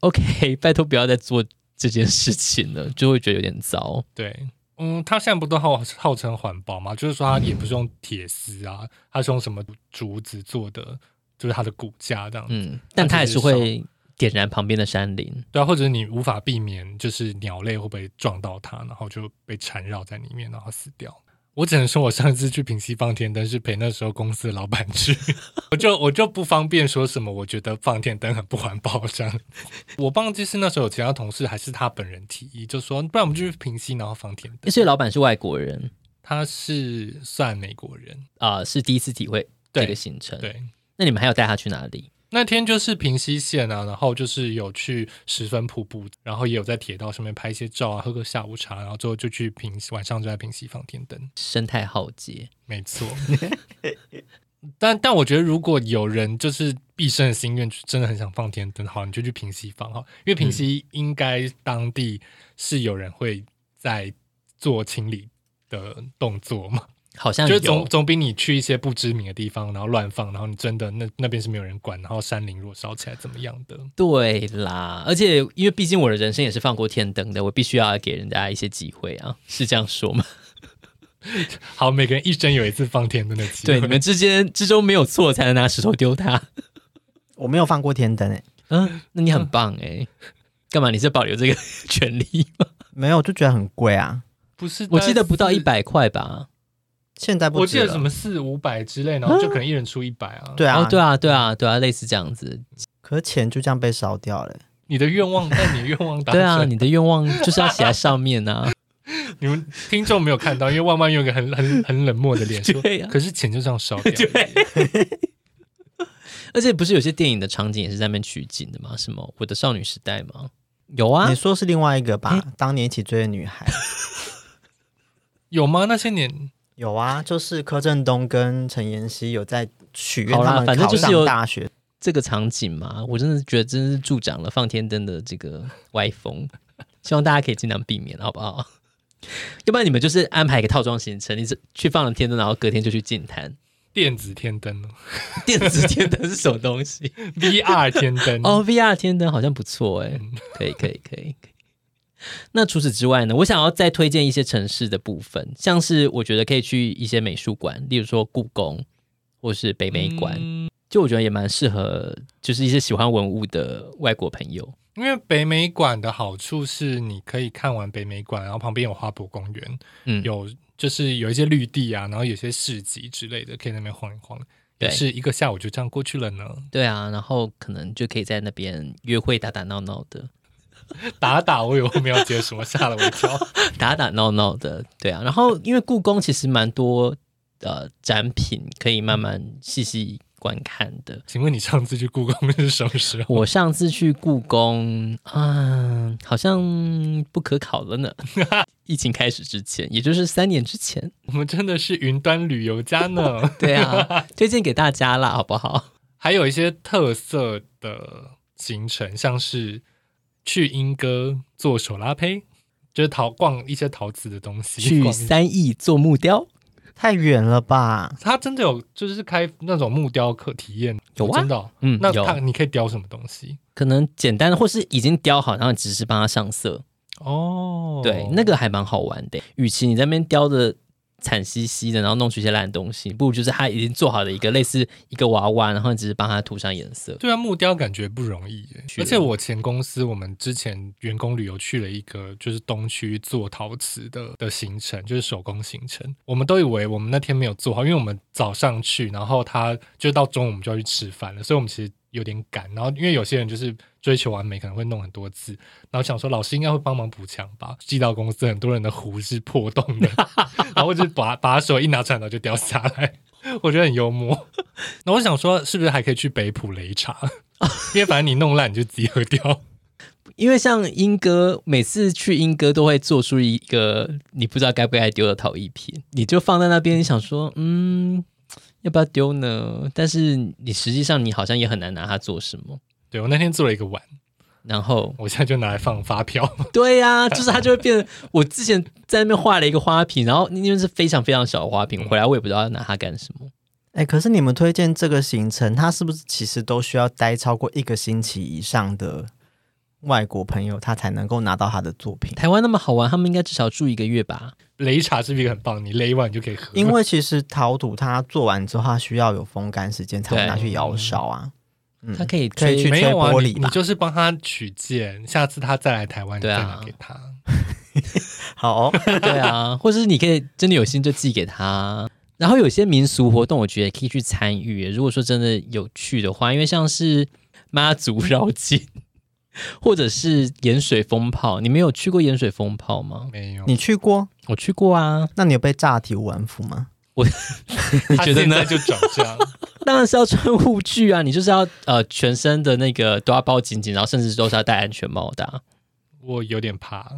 [SPEAKER 1] OK，拜托不要再做这件事情了，就会觉得有点糟。
[SPEAKER 2] 对。嗯，它现在不都号号称环保吗？就是说它也不是用铁丝啊，它是用什么竹子做的，就是它的骨架这样。
[SPEAKER 1] 嗯，但它也是会点燃旁边的山林。
[SPEAKER 2] 对啊，或者你无法避免，就是鸟类会不会撞到它，然后就被缠绕在里面，然后死掉。我只能说，我上次去平西放天灯是陪那时候公司的老板去， 我就我就不方便说什么。我觉得放天灯很不环保，这样。我忘记是那时候有其他同事还是他本人提议，就说不然我们就去平西，然后放天灯。
[SPEAKER 1] 所以老板是外国人
[SPEAKER 2] 他是算美国人，
[SPEAKER 1] 啊、是第一次体会
[SPEAKER 2] 对
[SPEAKER 1] 这个行程。
[SPEAKER 2] 对。
[SPEAKER 1] 那你们还有带他去哪里？
[SPEAKER 2] 那天就是平西县啊，然后就是有去十分瀑布，然后也有在铁道上面拍一些照啊，喝个下午茶，然后最后就去平西，晚上就在平西放天灯，
[SPEAKER 1] 生态浩劫，
[SPEAKER 2] 没错。但但我觉得，如果有人就是毕生的心愿，真的很想放天灯，好，你就去平西放哈，因为平西应该当地是有人会在做清理的动作嘛，
[SPEAKER 1] 好像
[SPEAKER 2] 就是总
[SPEAKER 1] 有。
[SPEAKER 2] 总比你去一些不知名的地方，然后乱放，然后你真的那那边是没有人管，然后山林若烧起来怎么样的。
[SPEAKER 1] 对啦，而且因为毕竟我的人生也是放过天灯的，我必须要给人家一些机会啊，是这样说吗？
[SPEAKER 2] 好，每个人一生有一次放天灯的机
[SPEAKER 1] 对，
[SPEAKER 2] 会。
[SPEAKER 1] 你们之间之中没有错，才能拿石头丢他。
[SPEAKER 3] 我没有放过天灯诶、欸
[SPEAKER 1] 嗯，那你很棒哎、干嘛？你是保留这个权利吗？
[SPEAKER 3] 没有就觉得很贵啊。
[SPEAKER 2] 不是，
[SPEAKER 1] 我记得不到一，百块吧？
[SPEAKER 3] 现在不
[SPEAKER 2] 我记
[SPEAKER 3] 值
[SPEAKER 2] 得
[SPEAKER 3] 了
[SPEAKER 2] 什么四五百之类，然后就可能一人出一百啊。，
[SPEAKER 3] 对啊，
[SPEAKER 1] 哦，对啊，对啊，对啊，类似这样子。
[SPEAKER 3] 可是钱就这样被烧掉了、
[SPEAKER 2] 你的愿望，但你的愿望达
[SPEAKER 1] 对啊，
[SPEAKER 2] 成。
[SPEAKER 1] 你的愿望就是要写在上面啊。
[SPEAKER 2] 你们听众没有看到，因为万万用一个很很很冷漠的脸说
[SPEAKER 1] 对啊，
[SPEAKER 2] 可是钱就这样烧 掉。
[SPEAKER 1] 而且不是有些电影的场景也是在那边取景的吗？什么《我的少女时代》吗？有啊
[SPEAKER 3] 你，说是另外一个吧？当年一起追的 女孩
[SPEAKER 2] 有吗？那些年，
[SPEAKER 3] 有啊，就是柯震东跟陈妍希有在许愿
[SPEAKER 1] 好啦
[SPEAKER 3] 他们
[SPEAKER 1] 反正
[SPEAKER 3] 考
[SPEAKER 1] 就是
[SPEAKER 3] 上
[SPEAKER 1] 有
[SPEAKER 3] 大学。
[SPEAKER 1] 这个场景嘛，我真的觉得真是助长了放天灯的这个歪风， 希望大家可以尽量避免，好不好？ 要不然你们就是安排一个套装行程，你是去放了天灯，然后隔天就去净滩。
[SPEAKER 2] 电子天灯哦
[SPEAKER 1] 电子天灯是什么东西？
[SPEAKER 2] ，VR 天灯
[SPEAKER 1] 哦，VR 天灯好像不错哎、可以可以可以可以。那除此之外呢，我想要再推荐一些城市的部分，像是我觉得可以去一些美术馆，例如说故宫或是北美馆，
[SPEAKER 2] 嗯
[SPEAKER 1] 就我觉得也蛮适合，就是一些喜欢文物的外国朋友。
[SPEAKER 2] 因为北美馆的好处是，你可以看完北美馆，然后旁边有花博公园，
[SPEAKER 1] 嗯，
[SPEAKER 2] 有就是有一些绿地啊，然后有些市集之类的，可以在那边晃一晃，也
[SPEAKER 1] 对
[SPEAKER 2] 是一个下午就这样过去了呢。
[SPEAKER 1] 对啊，然后可能就可以在那边约会，打打闹闹的，
[SPEAKER 2] 打打，我以为我们要接什么，吓了我一跳。
[SPEAKER 1] 打打闹闹的，对啊。然后因为故宫其实蛮多呃展品可以慢慢细细观看的，
[SPEAKER 2] 请问你上次去故宫是什么时候？
[SPEAKER 1] 我上次去故宫啊，好像不可考了呢。 疫情开始之前，也就是三年之前。，
[SPEAKER 2] 我们真的是云端旅游家呢
[SPEAKER 1] 对啊，推荐给大家啦，好不好？
[SPEAKER 2] 还有一些特色的行程，像是去莺歌做手拉胚，就是淘逛一些陶瓷的东西。
[SPEAKER 1] 去
[SPEAKER 2] 逛一些
[SPEAKER 1] 三义做木雕，
[SPEAKER 3] 太远了吧？
[SPEAKER 2] 它真的有就是开那种木雕刻体验，
[SPEAKER 1] 有啊
[SPEAKER 2] 真的哦、
[SPEAKER 1] 嗯
[SPEAKER 2] 那
[SPEAKER 1] 有
[SPEAKER 2] 它你可以雕什么东西？
[SPEAKER 1] 可能简单的，或是已经雕好，然后你只是帮它上色。
[SPEAKER 2] 哦，
[SPEAKER 1] 对，那个还蛮好玩的。与其你在那边叼着惨兮兮的，然后弄出一些烂东西，不如就是他已经做好的一个类似一个娃娃，然后你只是帮他涂上颜色。
[SPEAKER 2] 对啊，木雕感觉不容易耶。
[SPEAKER 1] 去
[SPEAKER 2] 而且我前公司我们之前员工旅游去了一个就是东区做陶瓷的的行程，就是手工行程。我们都以为我们那天没有做好，因为我们早上去，然后他就到中午我们就要去吃饭了，所以我们其实有点赶。然后因为有些人就是追求完美，可能会弄很多字，然后想说老师应该会帮忙补强吧。寄到公司，很多人的壶是破洞的， 然后就是把把手一拿出来，然后就掉下来。 我觉得很幽默。 那我想说，是不是还可以去北浦擂茶？ 因为反正你弄烂你就自己喝掉。
[SPEAKER 1] 因为像英哥，每次去英哥都会做出一个你不知道该不该丢的陶艺品，你就放在那边，你想说，嗯，要不要丢呢？但是你实际上你好像也很难拿它做什么。
[SPEAKER 2] 对我那天做了一个碗，
[SPEAKER 1] 然后，
[SPEAKER 2] 我现在就拿来放发票。
[SPEAKER 1] 对呀、 就是它就会变。我之前在那边画了一个花瓶，然后因为是非常非常小的花瓶，回来我也不知道要拿它干什么。
[SPEAKER 3] 哎、可是你们推荐这个行程，他是不是其实都需要待超过一个星期以上的外国朋友，他才能够拿到他的作 品？
[SPEAKER 1] 台湾那么好玩，他们应该至少住一个月吧？
[SPEAKER 2] 擂茶是不是一个很棒？你擂一碗你就可以喝。
[SPEAKER 3] 因为其实陶土它做完之后，它需要有风干时间才会拿去窑烧啊。嗯
[SPEAKER 1] 他可以
[SPEAKER 3] 可以
[SPEAKER 1] 吹
[SPEAKER 3] 去
[SPEAKER 2] 没有啊，
[SPEAKER 3] 吹玻
[SPEAKER 2] 你
[SPEAKER 3] 璃吧
[SPEAKER 2] 你就是帮他取件，下次他再来台湾，你
[SPEAKER 1] 对
[SPEAKER 2] 再
[SPEAKER 1] 啊
[SPEAKER 2] 拿给他。
[SPEAKER 3] 好、哦，
[SPEAKER 1] 对啊， 或者是你可以真的有心就寄给他。然后有些民俗活动，我觉得也可以去参与。如果说真的有趣的话，因为像是妈祖绕境， 或者是盐水风炮，你们有去过盐水风炮吗？
[SPEAKER 2] 没有，
[SPEAKER 3] 你去过？
[SPEAKER 1] 我去过啊，
[SPEAKER 3] 那你有被炸体无完 肤吗？
[SPEAKER 1] 你
[SPEAKER 2] 他
[SPEAKER 1] 觉得
[SPEAKER 2] 现
[SPEAKER 1] 呢
[SPEAKER 2] 在？就长这样，
[SPEAKER 1] 当然是要穿护具啊，你就是要呃全身的那个都要包紧紧，然后甚至都是要戴安全帽的啊、
[SPEAKER 2] 我有点怕。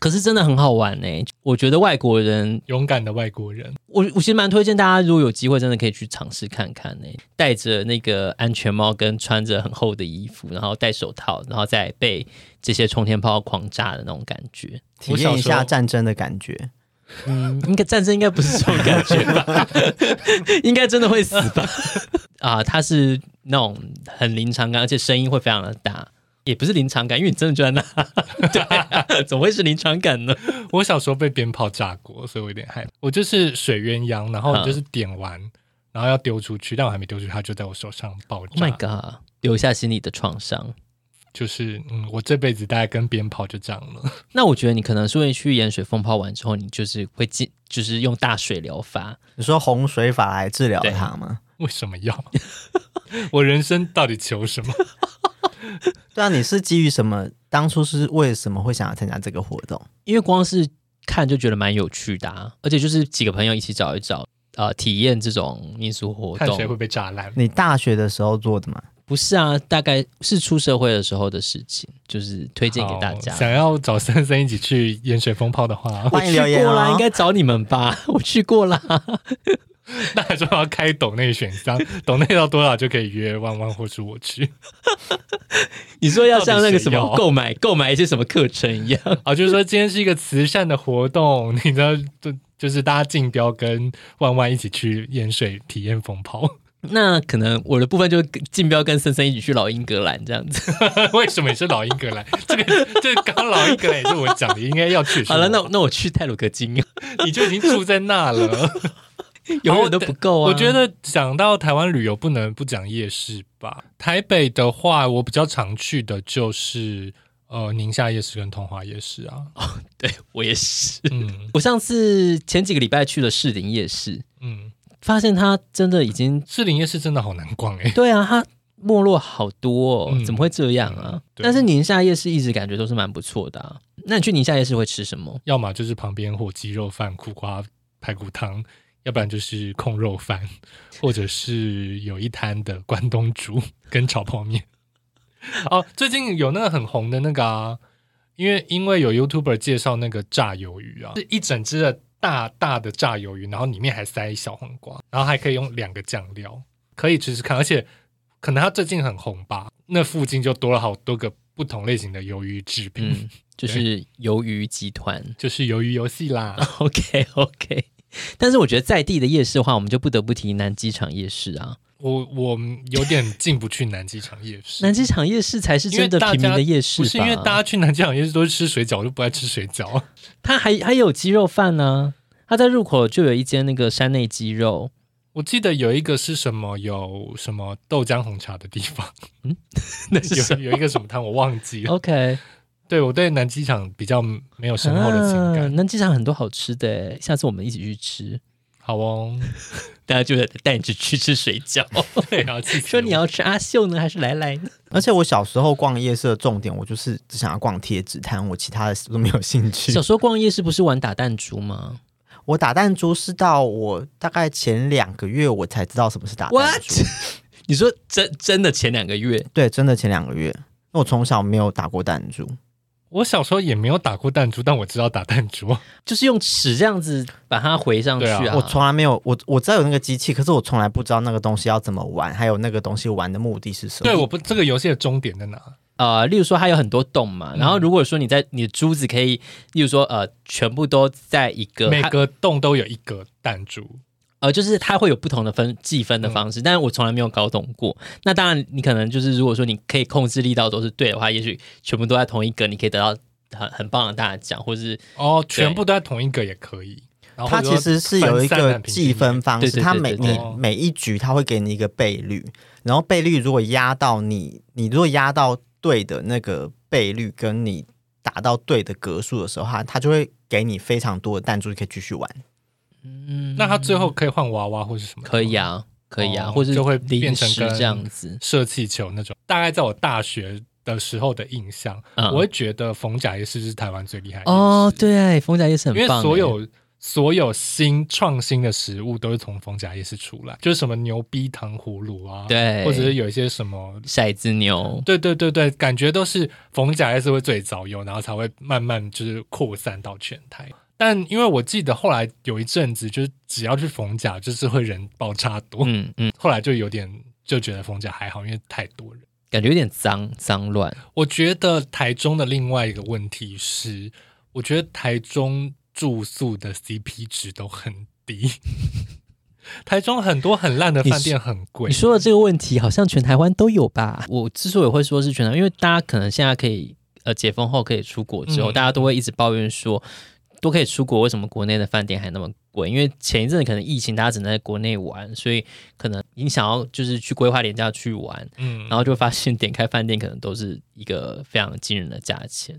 [SPEAKER 1] 可是真的很好玩呢、我觉得外国人
[SPEAKER 2] 勇敢的外国人，
[SPEAKER 1] 我我其实蛮推荐大家，如果有机会，真的可以去尝试看看呢、戴着那个安全帽，跟穿着很厚的衣服，然后戴手套，然后再被这些冲天炮狂炸的那种感觉。
[SPEAKER 3] 体
[SPEAKER 2] 我小时候
[SPEAKER 3] 验一下战争的感觉。
[SPEAKER 1] 嗯，应该战争应该不是这种感觉吧？ 应该真的会死吧？ 啊，它是那种很临场感，而且声音会非常的大，也不是临场感，因为你真的就在那。 对、啊，怎么会是临场感呢？
[SPEAKER 2] 我小时候被鞭炮炸过，所以我有点害怕。我就是水鸳鸯，然
[SPEAKER 1] 嗯
[SPEAKER 2] 后就是点完，然后要丢出去，但我还没丢出去，它就在我手上爆
[SPEAKER 1] Oh
[SPEAKER 2] 炸。
[SPEAKER 1] my god！留下心里的创伤。
[SPEAKER 2] 就是嗯，我这辈子大概跟鞭炮就这样了。
[SPEAKER 1] 那我觉得你可能是会去盐水风炮完之后，你就是会进，就是用大水疗法。
[SPEAKER 3] 你说洪水法来治疗
[SPEAKER 1] 对
[SPEAKER 3] 它吗？
[SPEAKER 2] 为什么要？我人生到底求什么？
[SPEAKER 3] 对啊，你是基于什么？当初是为什么会想要参加这个活动？
[SPEAKER 1] 因为光是看就觉得蛮有趣的、啊，而且就是几个朋友一起找一找，呃，体验这种民俗活
[SPEAKER 2] 看谁会
[SPEAKER 1] 动。
[SPEAKER 2] 被炸烂。
[SPEAKER 3] 你大学的时候做的吗？
[SPEAKER 1] 不是啊，大概是出社会的时候的事情，就是推荐给大
[SPEAKER 2] 好
[SPEAKER 1] 家。
[SPEAKER 2] 想要找森森一起去盐水风炮的话，
[SPEAKER 1] 我
[SPEAKER 3] 欢迎
[SPEAKER 1] 去
[SPEAKER 3] 留言
[SPEAKER 1] 过啦，
[SPEAKER 3] 哦
[SPEAKER 1] 应该找你们吧？我去过啦，
[SPEAKER 2] 那还说要开抖内选项， 抖内到多少就可以约弯弯或是我去。
[SPEAKER 1] 你说要像那个什
[SPEAKER 2] 到底谁
[SPEAKER 1] 么
[SPEAKER 2] 要
[SPEAKER 1] 购买购买一些什么课程一样，
[SPEAKER 2] 啊，就是说今天是一个慈善的活动，你知道，就就是大家竞标跟弯弯一起去盐水体验风炮。
[SPEAKER 1] 那可能我的部分就竞标跟森森一起去老英格兰这样子。
[SPEAKER 2] 为什么你是老英格兰？这个这个刚刚老英格兰也是我讲的，应该要去的是我。
[SPEAKER 1] 好了，那那我去泰鲁格金，
[SPEAKER 2] 你就已经住在那了。
[SPEAKER 1] 永远都不够啊。
[SPEAKER 2] 哦我觉得讲到台湾旅游，不能不讲夜市吧。台北的话，我比较常去的就是呃宁夏夜市跟通化夜市啊。
[SPEAKER 1] 对我也是。
[SPEAKER 2] 嗯
[SPEAKER 1] 我上次前几个礼拜去了士林夜市，
[SPEAKER 2] 嗯，
[SPEAKER 1] 发现它真的已经
[SPEAKER 2] 士林夜市真的好难逛哎、
[SPEAKER 1] 对啊，它没落好多、哦，
[SPEAKER 2] 嗯
[SPEAKER 1] 怎么会这样啊？
[SPEAKER 2] 对
[SPEAKER 1] 但是宁夏夜市一直感觉都是蛮不错的、啊。那你去宁夏夜市会吃什么？
[SPEAKER 2] 要么就是旁边火鸡肉饭、苦瓜排骨汤，要不然就是控肉饭，或者是有一摊的关东煮跟炒泡面。哦，最近有那个很红的那个啊，因为因为有 YouTuber 介绍那个炸鱿鱼啊，是一整只的大大的炸鱿鱼，然后里面还塞小黄瓜，然后还可以用两个酱料，可以吃吃看，而且可能它最近很红吧，那附近就多了好多个不同类型的鱿鱼制品，
[SPEAKER 1] 嗯，就是鱿鱼集 团。
[SPEAKER 2] 就是鱿鱼游戏啦。
[SPEAKER 1] OK OK，但是我觉得在地的夜市的话，我们就不得不提南机场夜市啊。
[SPEAKER 2] 我我有点进不去南机场夜市，
[SPEAKER 1] 南机场夜市才是
[SPEAKER 2] 因为
[SPEAKER 1] 真的
[SPEAKER 2] 大
[SPEAKER 1] 平民
[SPEAKER 2] 家
[SPEAKER 1] 的夜市
[SPEAKER 2] 不
[SPEAKER 1] 吧？
[SPEAKER 2] 是因为大家去南机场夜市都是吃水饺，我就不爱吃水饺。
[SPEAKER 1] 它还还有鸡肉饭呢、它在入口就有一间那个山内鸡 肉，
[SPEAKER 2] 我记得有一个是什么有什么豆浆红茶的地方，
[SPEAKER 1] 那
[SPEAKER 2] 有有一个什么摊我忘记了。
[SPEAKER 1] OK
[SPEAKER 2] 对我对南机场比较没有深厚的情
[SPEAKER 1] 啊
[SPEAKER 2] 感。
[SPEAKER 1] 南机场很多好吃的耶，下次我们一起去吃，
[SPEAKER 2] 好哦，
[SPEAKER 1] 大家就带你去去吃水饺。
[SPEAKER 2] 对啊，气死
[SPEAKER 1] 说你
[SPEAKER 2] 我
[SPEAKER 1] 要吃阿秀呢，还是来来呢？
[SPEAKER 3] 而且我小时候逛夜市的重点，我就是只想要逛贴纸摊，我其他的都没有兴 趣
[SPEAKER 1] 小。时候逛夜市不是玩打弹珠吗
[SPEAKER 3] 我打弹珠是到我大概前两个月我才知道什么是打弹珠。
[SPEAKER 1] 你说真真的前两个月，
[SPEAKER 3] 对，真的前两个月，因为我从小没有打过弹珠。
[SPEAKER 2] 我小时候也没有打过弹珠，但我知道打弹珠。
[SPEAKER 1] 就是用尺这样子把它回上去
[SPEAKER 2] 对
[SPEAKER 1] 啊！
[SPEAKER 3] 我从来没有，我我知道有那个机器，可是我从来不知道那个东西要怎么玩，还有那个东西玩的目的是什么。
[SPEAKER 2] 对，我不这个游戏的终点在哪？
[SPEAKER 1] 呃，例如说它有很多洞嘛，然后如果说你在你的珠子可以，例如说呃，全部都在一个
[SPEAKER 2] 每
[SPEAKER 1] 它
[SPEAKER 2] 个洞都有一个弹珠。
[SPEAKER 1] 呃，就是它会有不同的分计分
[SPEAKER 2] 嗯
[SPEAKER 1] 的方式，但是我从来没有搞懂过。那当然，你可能就是如果说你可以控制力道都是对的话，也许全部都在同一个，你可以得到很很棒的大奖，或是
[SPEAKER 2] 哦，全部都在同一个也可以。然后
[SPEAKER 3] 它其实是有一
[SPEAKER 2] 分散
[SPEAKER 3] 个
[SPEAKER 2] 很平均
[SPEAKER 3] 计分方
[SPEAKER 1] 对
[SPEAKER 3] 式，
[SPEAKER 1] 对对
[SPEAKER 3] 它每
[SPEAKER 1] 对
[SPEAKER 2] 对哦
[SPEAKER 3] 你
[SPEAKER 2] 对
[SPEAKER 3] 每一局它会给你一个倍率，然后倍率如果压到你，你如果压到对的那个倍率，跟你打到对的格数的时候，它它就会给你非常多的弹珠，你可以继续玩。
[SPEAKER 1] 嗯，
[SPEAKER 2] 那它最后可以换娃娃或是什么？
[SPEAKER 1] 可以啊，可以啊，
[SPEAKER 2] 哦
[SPEAKER 1] 或是
[SPEAKER 2] 就会
[SPEAKER 1] 零
[SPEAKER 2] 变成
[SPEAKER 1] 食
[SPEAKER 2] 跟
[SPEAKER 1] 这样子。
[SPEAKER 2] 射气球那种。大概在我大学的时候的印象，
[SPEAKER 1] 嗯
[SPEAKER 2] 我会觉得逢甲夜市是台湾最厉害的
[SPEAKER 1] 哦，
[SPEAKER 2] 夜市，
[SPEAKER 1] 对，逢甲夜市
[SPEAKER 2] 因
[SPEAKER 1] 很
[SPEAKER 2] 为
[SPEAKER 1] 棒欸，
[SPEAKER 2] 所有。所有新创新的食物都是从逢甲夜市出来，就是什么牛逼糖葫芦啊，
[SPEAKER 1] 对
[SPEAKER 2] 或者是有一些什么，
[SPEAKER 1] 骰子牛，
[SPEAKER 2] 对对对对，感觉都是逢甲夜市会最早有，然后才会慢慢就是扩散到全台。但因为我记得后来有一阵子，就是只要去逢甲，就是会人爆炸多，
[SPEAKER 1] 嗯嗯，
[SPEAKER 2] 后来就有点就觉得逢甲还好，因为太多人。
[SPEAKER 1] 感觉有点脏脏乱，
[SPEAKER 2] 我觉得台中的另外一个问题是，我觉得台中住宿的 CP 值都很低。 台中很多很烂的饭店很贵
[SPEAKER 1] 你，说的这个问题好像全台湾都有吧？我之所以会说是全台，因为大家可能现在可以呃解封后可以出国之后，
[SPEAKER 2] 嗯
[SPEAKER 1] 大家都会一直抱怨说都可以出国，为什么国内的饭店还那么贵？因为前一阵子可能疫情，大家只能在国内玩，所以可能你想要就是去规划廉价去玩，
[SPEAKER 2] 嗯，
[SPEAKER 1] 然后就发现点开饭店可能都是一个非常惊人的价钱。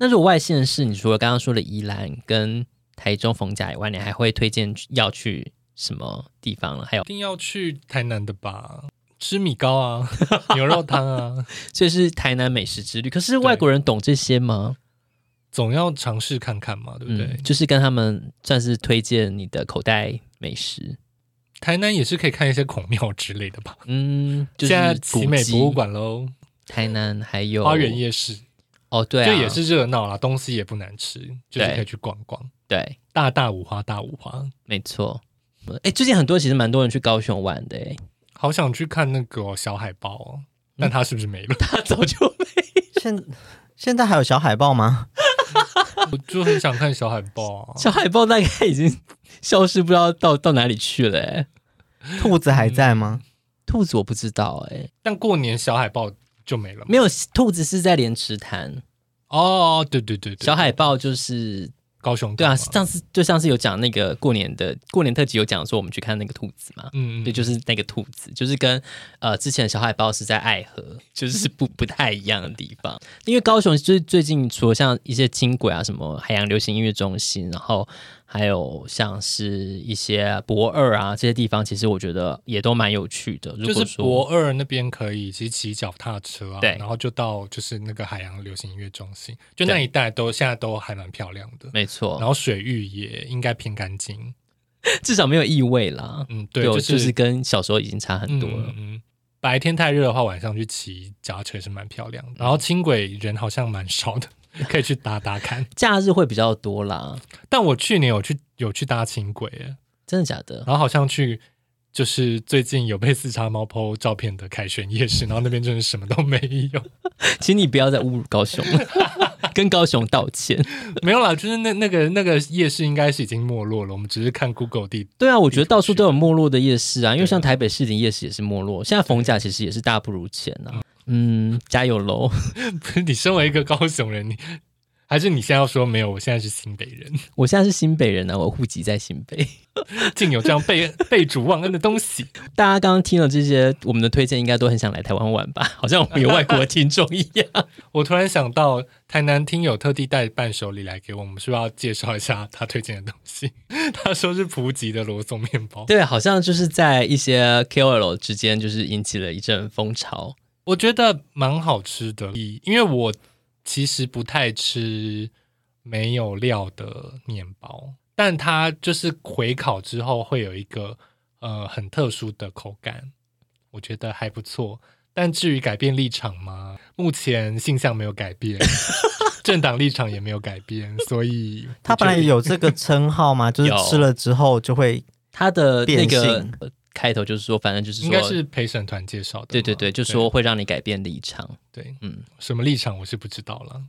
[SPEAKER 1] 那如果外县市，你除了刚刚说的宜兰跟台中逢甲以外，你还会推荐去要去什么地方了？还有
[SPEAKER 2] 一定要去台南的吧，吃米糕啊， 牛肉汤啊，
[SPEAKER 1] 这是台南美食之旅。可是外国人懂这些吗？
[SPEAKER 2] 总要尝试看看嘛，对不对？
[SPEAKER 1] 嗯，就是跟他们算是推荐你的口袋美食。
[SPEAKER 2] 台南也是可以看一些孔庙之类的吧。
[SPEAKER 1] 嗯，就是
[SPEAKER 2] 现在
[SPEAKER 1] 古
[SPEAKER 2] 奇美
[SPEAKER 1] 迹
[SPEAKER 2] 博物、馆喽，
[SPEAKER 1] 台南还有
[SPEAKER 2] 花园夜市，
[SPEAKER 1] 哦，对、啊，
[SPEAKER 2] 这也是热闹啦，东西也不难吃，就是
[SPEAKER 1] 对
[SPEAKER 2] 可以去逛逛。
[SPEAKER 1] 对，
[SPEAKER 2] 大大五花，大五花，
[SPEAKER 1] 没错。哎，最近很多其实蛮多人去高雄玩的，哎，
[SPEAKER 2] 好想去看那个、哦、小海豹哦，但它是不是没 了？
[SPEAKER 1] 他 早就。
[SPEAKER 3] 现现在还有小海报吗？
[SPEAKER 2] 我就很想看小海豹啊
[SPEAKER 1] 小海豹大概已经消失，不知道到到哪里去了。哎，
[SPEAKER 3] 兔子还在吗？
[SPEAKER 2] 嗯
[SPEAKER 1] 兔子我不知道，哎，
[SPEAKER 2] 但过年小海豹就没了嘛。
[SPEAKER 1] 没有，兔子是在莲池潭，
[SPEAKER 2] 哦，对对对对，
[SPEAKER 1] 小海豹就是
[SPEAKER 2] 高雄
[SPEAKER 1] 对啊，
[SPEAKER 2] 港嘛
[SPEAKER 1] 上次就上次有讲那个过年的过年特辑，有讲说我们去看那个兔子嘛，
[SPEAKER 2] 嗯，嗯
[SPEAKER 1] 对，就是那个兔子，就是跟呃之前的小海豹是在爱河，就是 不不太一样的地方。因为高雄就是最近除了像一些轻轨啊，什么海洋流行音乐中心，然后还有像是一些博二啊这些地方，其实我觉得也都蛮有趣的。如
[SPEAKER 2] 就
[SPEAKER 1] 果
[SPEAKER 2] 是博
[SPEAKER 1] 说
[SPEAKER 2] 二那边可以，其实骑脚踏车啊，
[SPEAKER 1] 对
[SPEAKER 2] 然后就到就是那个海洋流行音乐中心，就那
[SPEAKER 1] 对
[SPEAKER 2] 一带都现在都还蛮漂亮的，
[SPEAKER 1] 没
[SPEAKER 2] 然
[SPEAKER 1] 错，
[SPEAKER 2] 后水域也应该偏干净，
[SPEAKER 1] 至少没有异味啦。
[SPEAKER 2] 嗯，对，
[SPEAKER 1] 我
[SPEAKER 2] 就
[SPEAKER 1] 就是是跟小时候已经差很多了
[SPEAKER 2] 嗯。嗯嗯白天太热的话，晚上去骑脚踏车也是蛮漂
[SPEAKER 1] 嗯
[SPEAKER 2] 亮的。然后轻轨人好像蛮 少的，可以去搭搭看。
[SPEAKER 1] 假日会比较多啦，
[SPEAKER 2] 但我去年有去有去搭轻轨耶，
[SPEAKER 1] 真的假的？
[SPEAKER 2] 然后好像去就是最近有被四叉猫 PO 照片 的凯旋夜市，然后那边真的什么都没有。
[SPEAKER 1] 请你不要再侮辱高雄了。跟高雄道歉。
[SPEAKER 2] 没有啦，就是那那个那个夜市应该是已经没落了，我们只是看 Google 地
[SPEAKER 1] 对啊，我觉得到处都有没落的夜市啊，因为像台北市林夜市也是没落，现在逢甲其实也是大不如前啊。嗯，加油喽！
[SPEAKER 2] 不 是你身为一个高雄人，你还是你现在要说没有？我现在是新北人，
[SPEAKER 1] 我现在是新北人啊，我户籍在新北。
[SPEAKER 2] 竟有这样被被主忘恩的东西。
[SPEAKER 1] 大家刚刚听了这些我们的推荐，应该都很想来台湾玩吧？ 好像我们有外国听众一样。
[SPEAKER 2] 我突然想到，台南听友特地带伴手礼来给我们，是不是要介绍一下他推荐的东西？ 他说是普吉的罗宋面包，
[SPEAKER 1] 对，好像就是在一些 KOL 之间，就是引起了一阵风潮。
[SPEAKER 2] 我觉得蛮好吃的，以因为我其实不太吃没有料的面包，但它就是回烤之后会有一个呃很特殊的口感，我觉得还不错。但至于改变立场吗？目前性向没有改变， 政党立场也没有改变，所以
[SPEAKER 3] 他本来有这个称号吗？就是
[SPEAKER 1] 有
[SPEAKER 3] 吃了之后 就会
[SPEAKER 1] 他的那
[SPEAKER 3] 变
[SPEAKER 1] 个
[SPEAKER 3] 性
[SPEAKER 1] 呃开头就是说，反正就是
[SPEAKER 2] 应
[SPEAKER 1] 说，
[SPEAKER 2] 该是陪审团介绍的嘛，
[SPEAKER 1] 对对对，就说会让你改变立场
[SPEAKER 2] 对，
[SPEAKER 1] 嗯
[SPEAKER 2] 嗯，什么立场我是不知道了。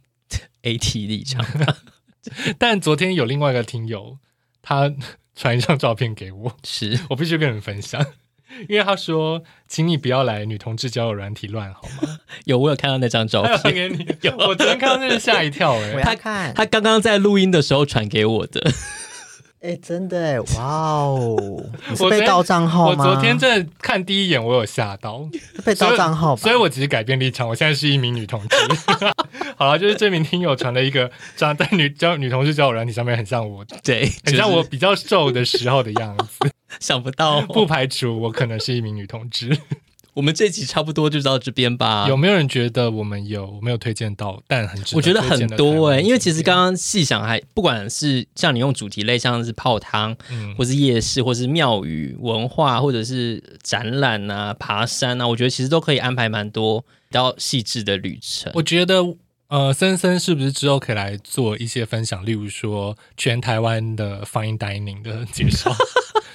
[SPEAKER 1] ，AT 立场。
[SPEAKER 2] 但昨天有另外一个听友，他 传一张照片给我，
[SPEAKER 1] 是
[SPEAKER 2] 我必须跟你们分享，因为他说：“请你不要来女同志交友软体乱好吗
[SPEAKER 1] 有我有看到那张照？”
[SPEAKER 2] 他有传
[SPEAKER 1] 片，
[SPEAKER 2] 给你，我昨天看到真是吓 一跳哎、
[SPEAKER 3] 我
[SPEAKER 1] 他
[SPEAKER 3] 要看，
[SPEAKER 1] 他刚刚在录音的时候传给我的。
[SPEAKER 3] 哎、真的哎，哇哦，你是
[SPEAKER 2] 我昨
[SPEAKER 3] 被
[SPEAKER 2] 天
[SPEAKER 3] 盗账号
[SPEAKER 2] 我
[SPEAKER 3] 吗？
[SPEAKER 2] 昨天真的看第一眼，我有吓到，
[SPEAKER 3] 被盗账号吧？
[SPEAKER 2] 所以我只是改变立场，我现在是一名女同志。 好了，就是这名听友传了一个渣在女交女同志交友软体上面很像我，
[SPEAKER 1] 对，
[SPEAKER 2] 很像
[SPEAKER 1] 就是
[SPEAKER 2] 我比较瘦的时候的样子，
[SPEAKER 1] 想不到哦、
[SPEAKER 2] 不排除我可能是一名女同志。
[SPEAKER 1] 我们这集差不多就到这边吧。
[SPEAKER 2] 有没有人觉得我们有没有推荐到？但很
[SPEAKER 1] 啊
[SPEAKER 2] 值
[SPEAKER 1] 我觉得
[SPEAKER 2] 推
[SPEAKER 1] 很
[SPEAKER 2] 荐的台
[SPEAKER 1] 多
[SPEAKER 2] 湾
[SPEAKER 1] 哎、因为
[SPEAKER 2] 景
[SPEAKER 1] 其实
[SPEAKER 2] 点
[SPEAKER 1] 刚刚细想还，不管是像你用主题类，像是泡汤，
[SPEAKER 2] 嗯
[SPEAKER 1] 或是夜市，或是庙宇文化，或者是展览啊、爬山啊，我觉得其实都可以安排蛮多比较细致的旅程。
[SPEAKER 2] 我觉得，呃，森森是不是之后可以来做一些分享？例如说，全台湾的 fine dining 的介 绍，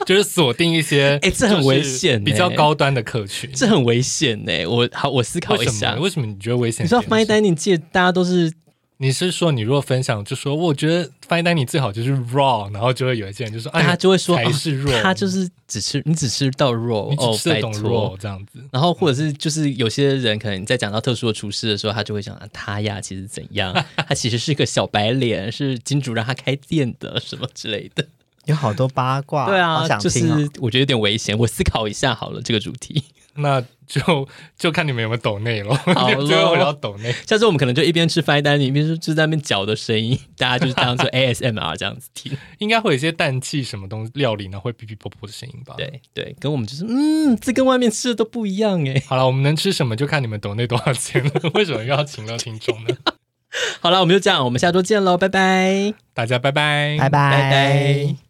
[SPEAKER 2] 就是锁定一些，
[SPEAKER 1] 诶这很
[SPEAKER 2] 就是
[SPEAKER 1] 危险 欸
[SPEAKER 2] 比较高端的客群。
[SPEAKER 1] 这很危险呢、我好，我思考
[SPEAKER 2] 为
[SPEAKER 1] 一
[SPEAKER 2] 什
[SPEAKER 1] 下
[SPEAKER 2] 么？。为什么你觉得危险
[SPEAKER 1] 你
[SPEAKER 2] 点
[SPEAKER 1] 知
[SPEAKER 2] 是？
[SPEAKER 1] 道 fine dining 界大家都是
[SPEAKER 2] 你是说你如果分享，就说我觉得 fine dining 最好就是 raw，然后就会有一些人就说，哎
[SPEAKER 1] 大
[SPEAKER 2] 呀，
[SPEAKER 1] 家就会说，
[SPEAKER 2] 才
[SPEAKER 1] 哦
[SPEAKER 2] 是 raw，
[SPEAKER 1] 他就是只吃你只吃到肉
[SPEAKER 2] 你只
[SPEAKER 1] 哦，
[SPEAKER 2] 吃
[SPEAKER 1] 拜
[SPEAKER 2] 得懂
[SPEAKER 1] 托
[SPEAKER 2] raw。这样子。
[SPEAKER 1] 然后或者是就是有些人可能你在讲到特殊的厨师的时候，他就会讲、啊、他呀其实怎 样，他其实是个小白脸，是金主让他开店的什么之类的。
[SPEAKER 3] 有好多八卦，
[SPEAKER 1] 对
[SPEAKER 3] 好
[SPEAKER 1] 啊，
[SPEAKER 3] 想
[SPEAKER 1] 就是
[SPEAKER 3] 听、哦。
[SPEAKER 1] 我觉得有点危险，我思考一下好了这个主题。
[SPEAKER 2] 那就 就看你们有没有抖内咯。
[SPEAKER 1] 好 咯
[SPEAKER 2] 最后我要抖内。
[SPEAKER 1] 下次我们可能就一边吃 fine dining，一边就就在那边嚼的声音，大家就是当做 ASMR 这样子听。
[SPEAKER 2] 应该会有一些氮气什么东西料理呢，会哔哔啵啵的声音吧？。
[SPEAKER 1] 对对，跟我们就是嗯，这跟外面吃的都不一样哎。
[SPEAKER 2] 好了，我们能吃什么就看你们懂那多少钱了。 为什么又要请了听众呢？
[SPEAKER 1] 好了，我们就这样，我们下周见喽，拜拜。
[SPEAKER 2] 大家拜拜，
[SPEAKER 3] 拜拜
[SPEAKER 1] 拜拜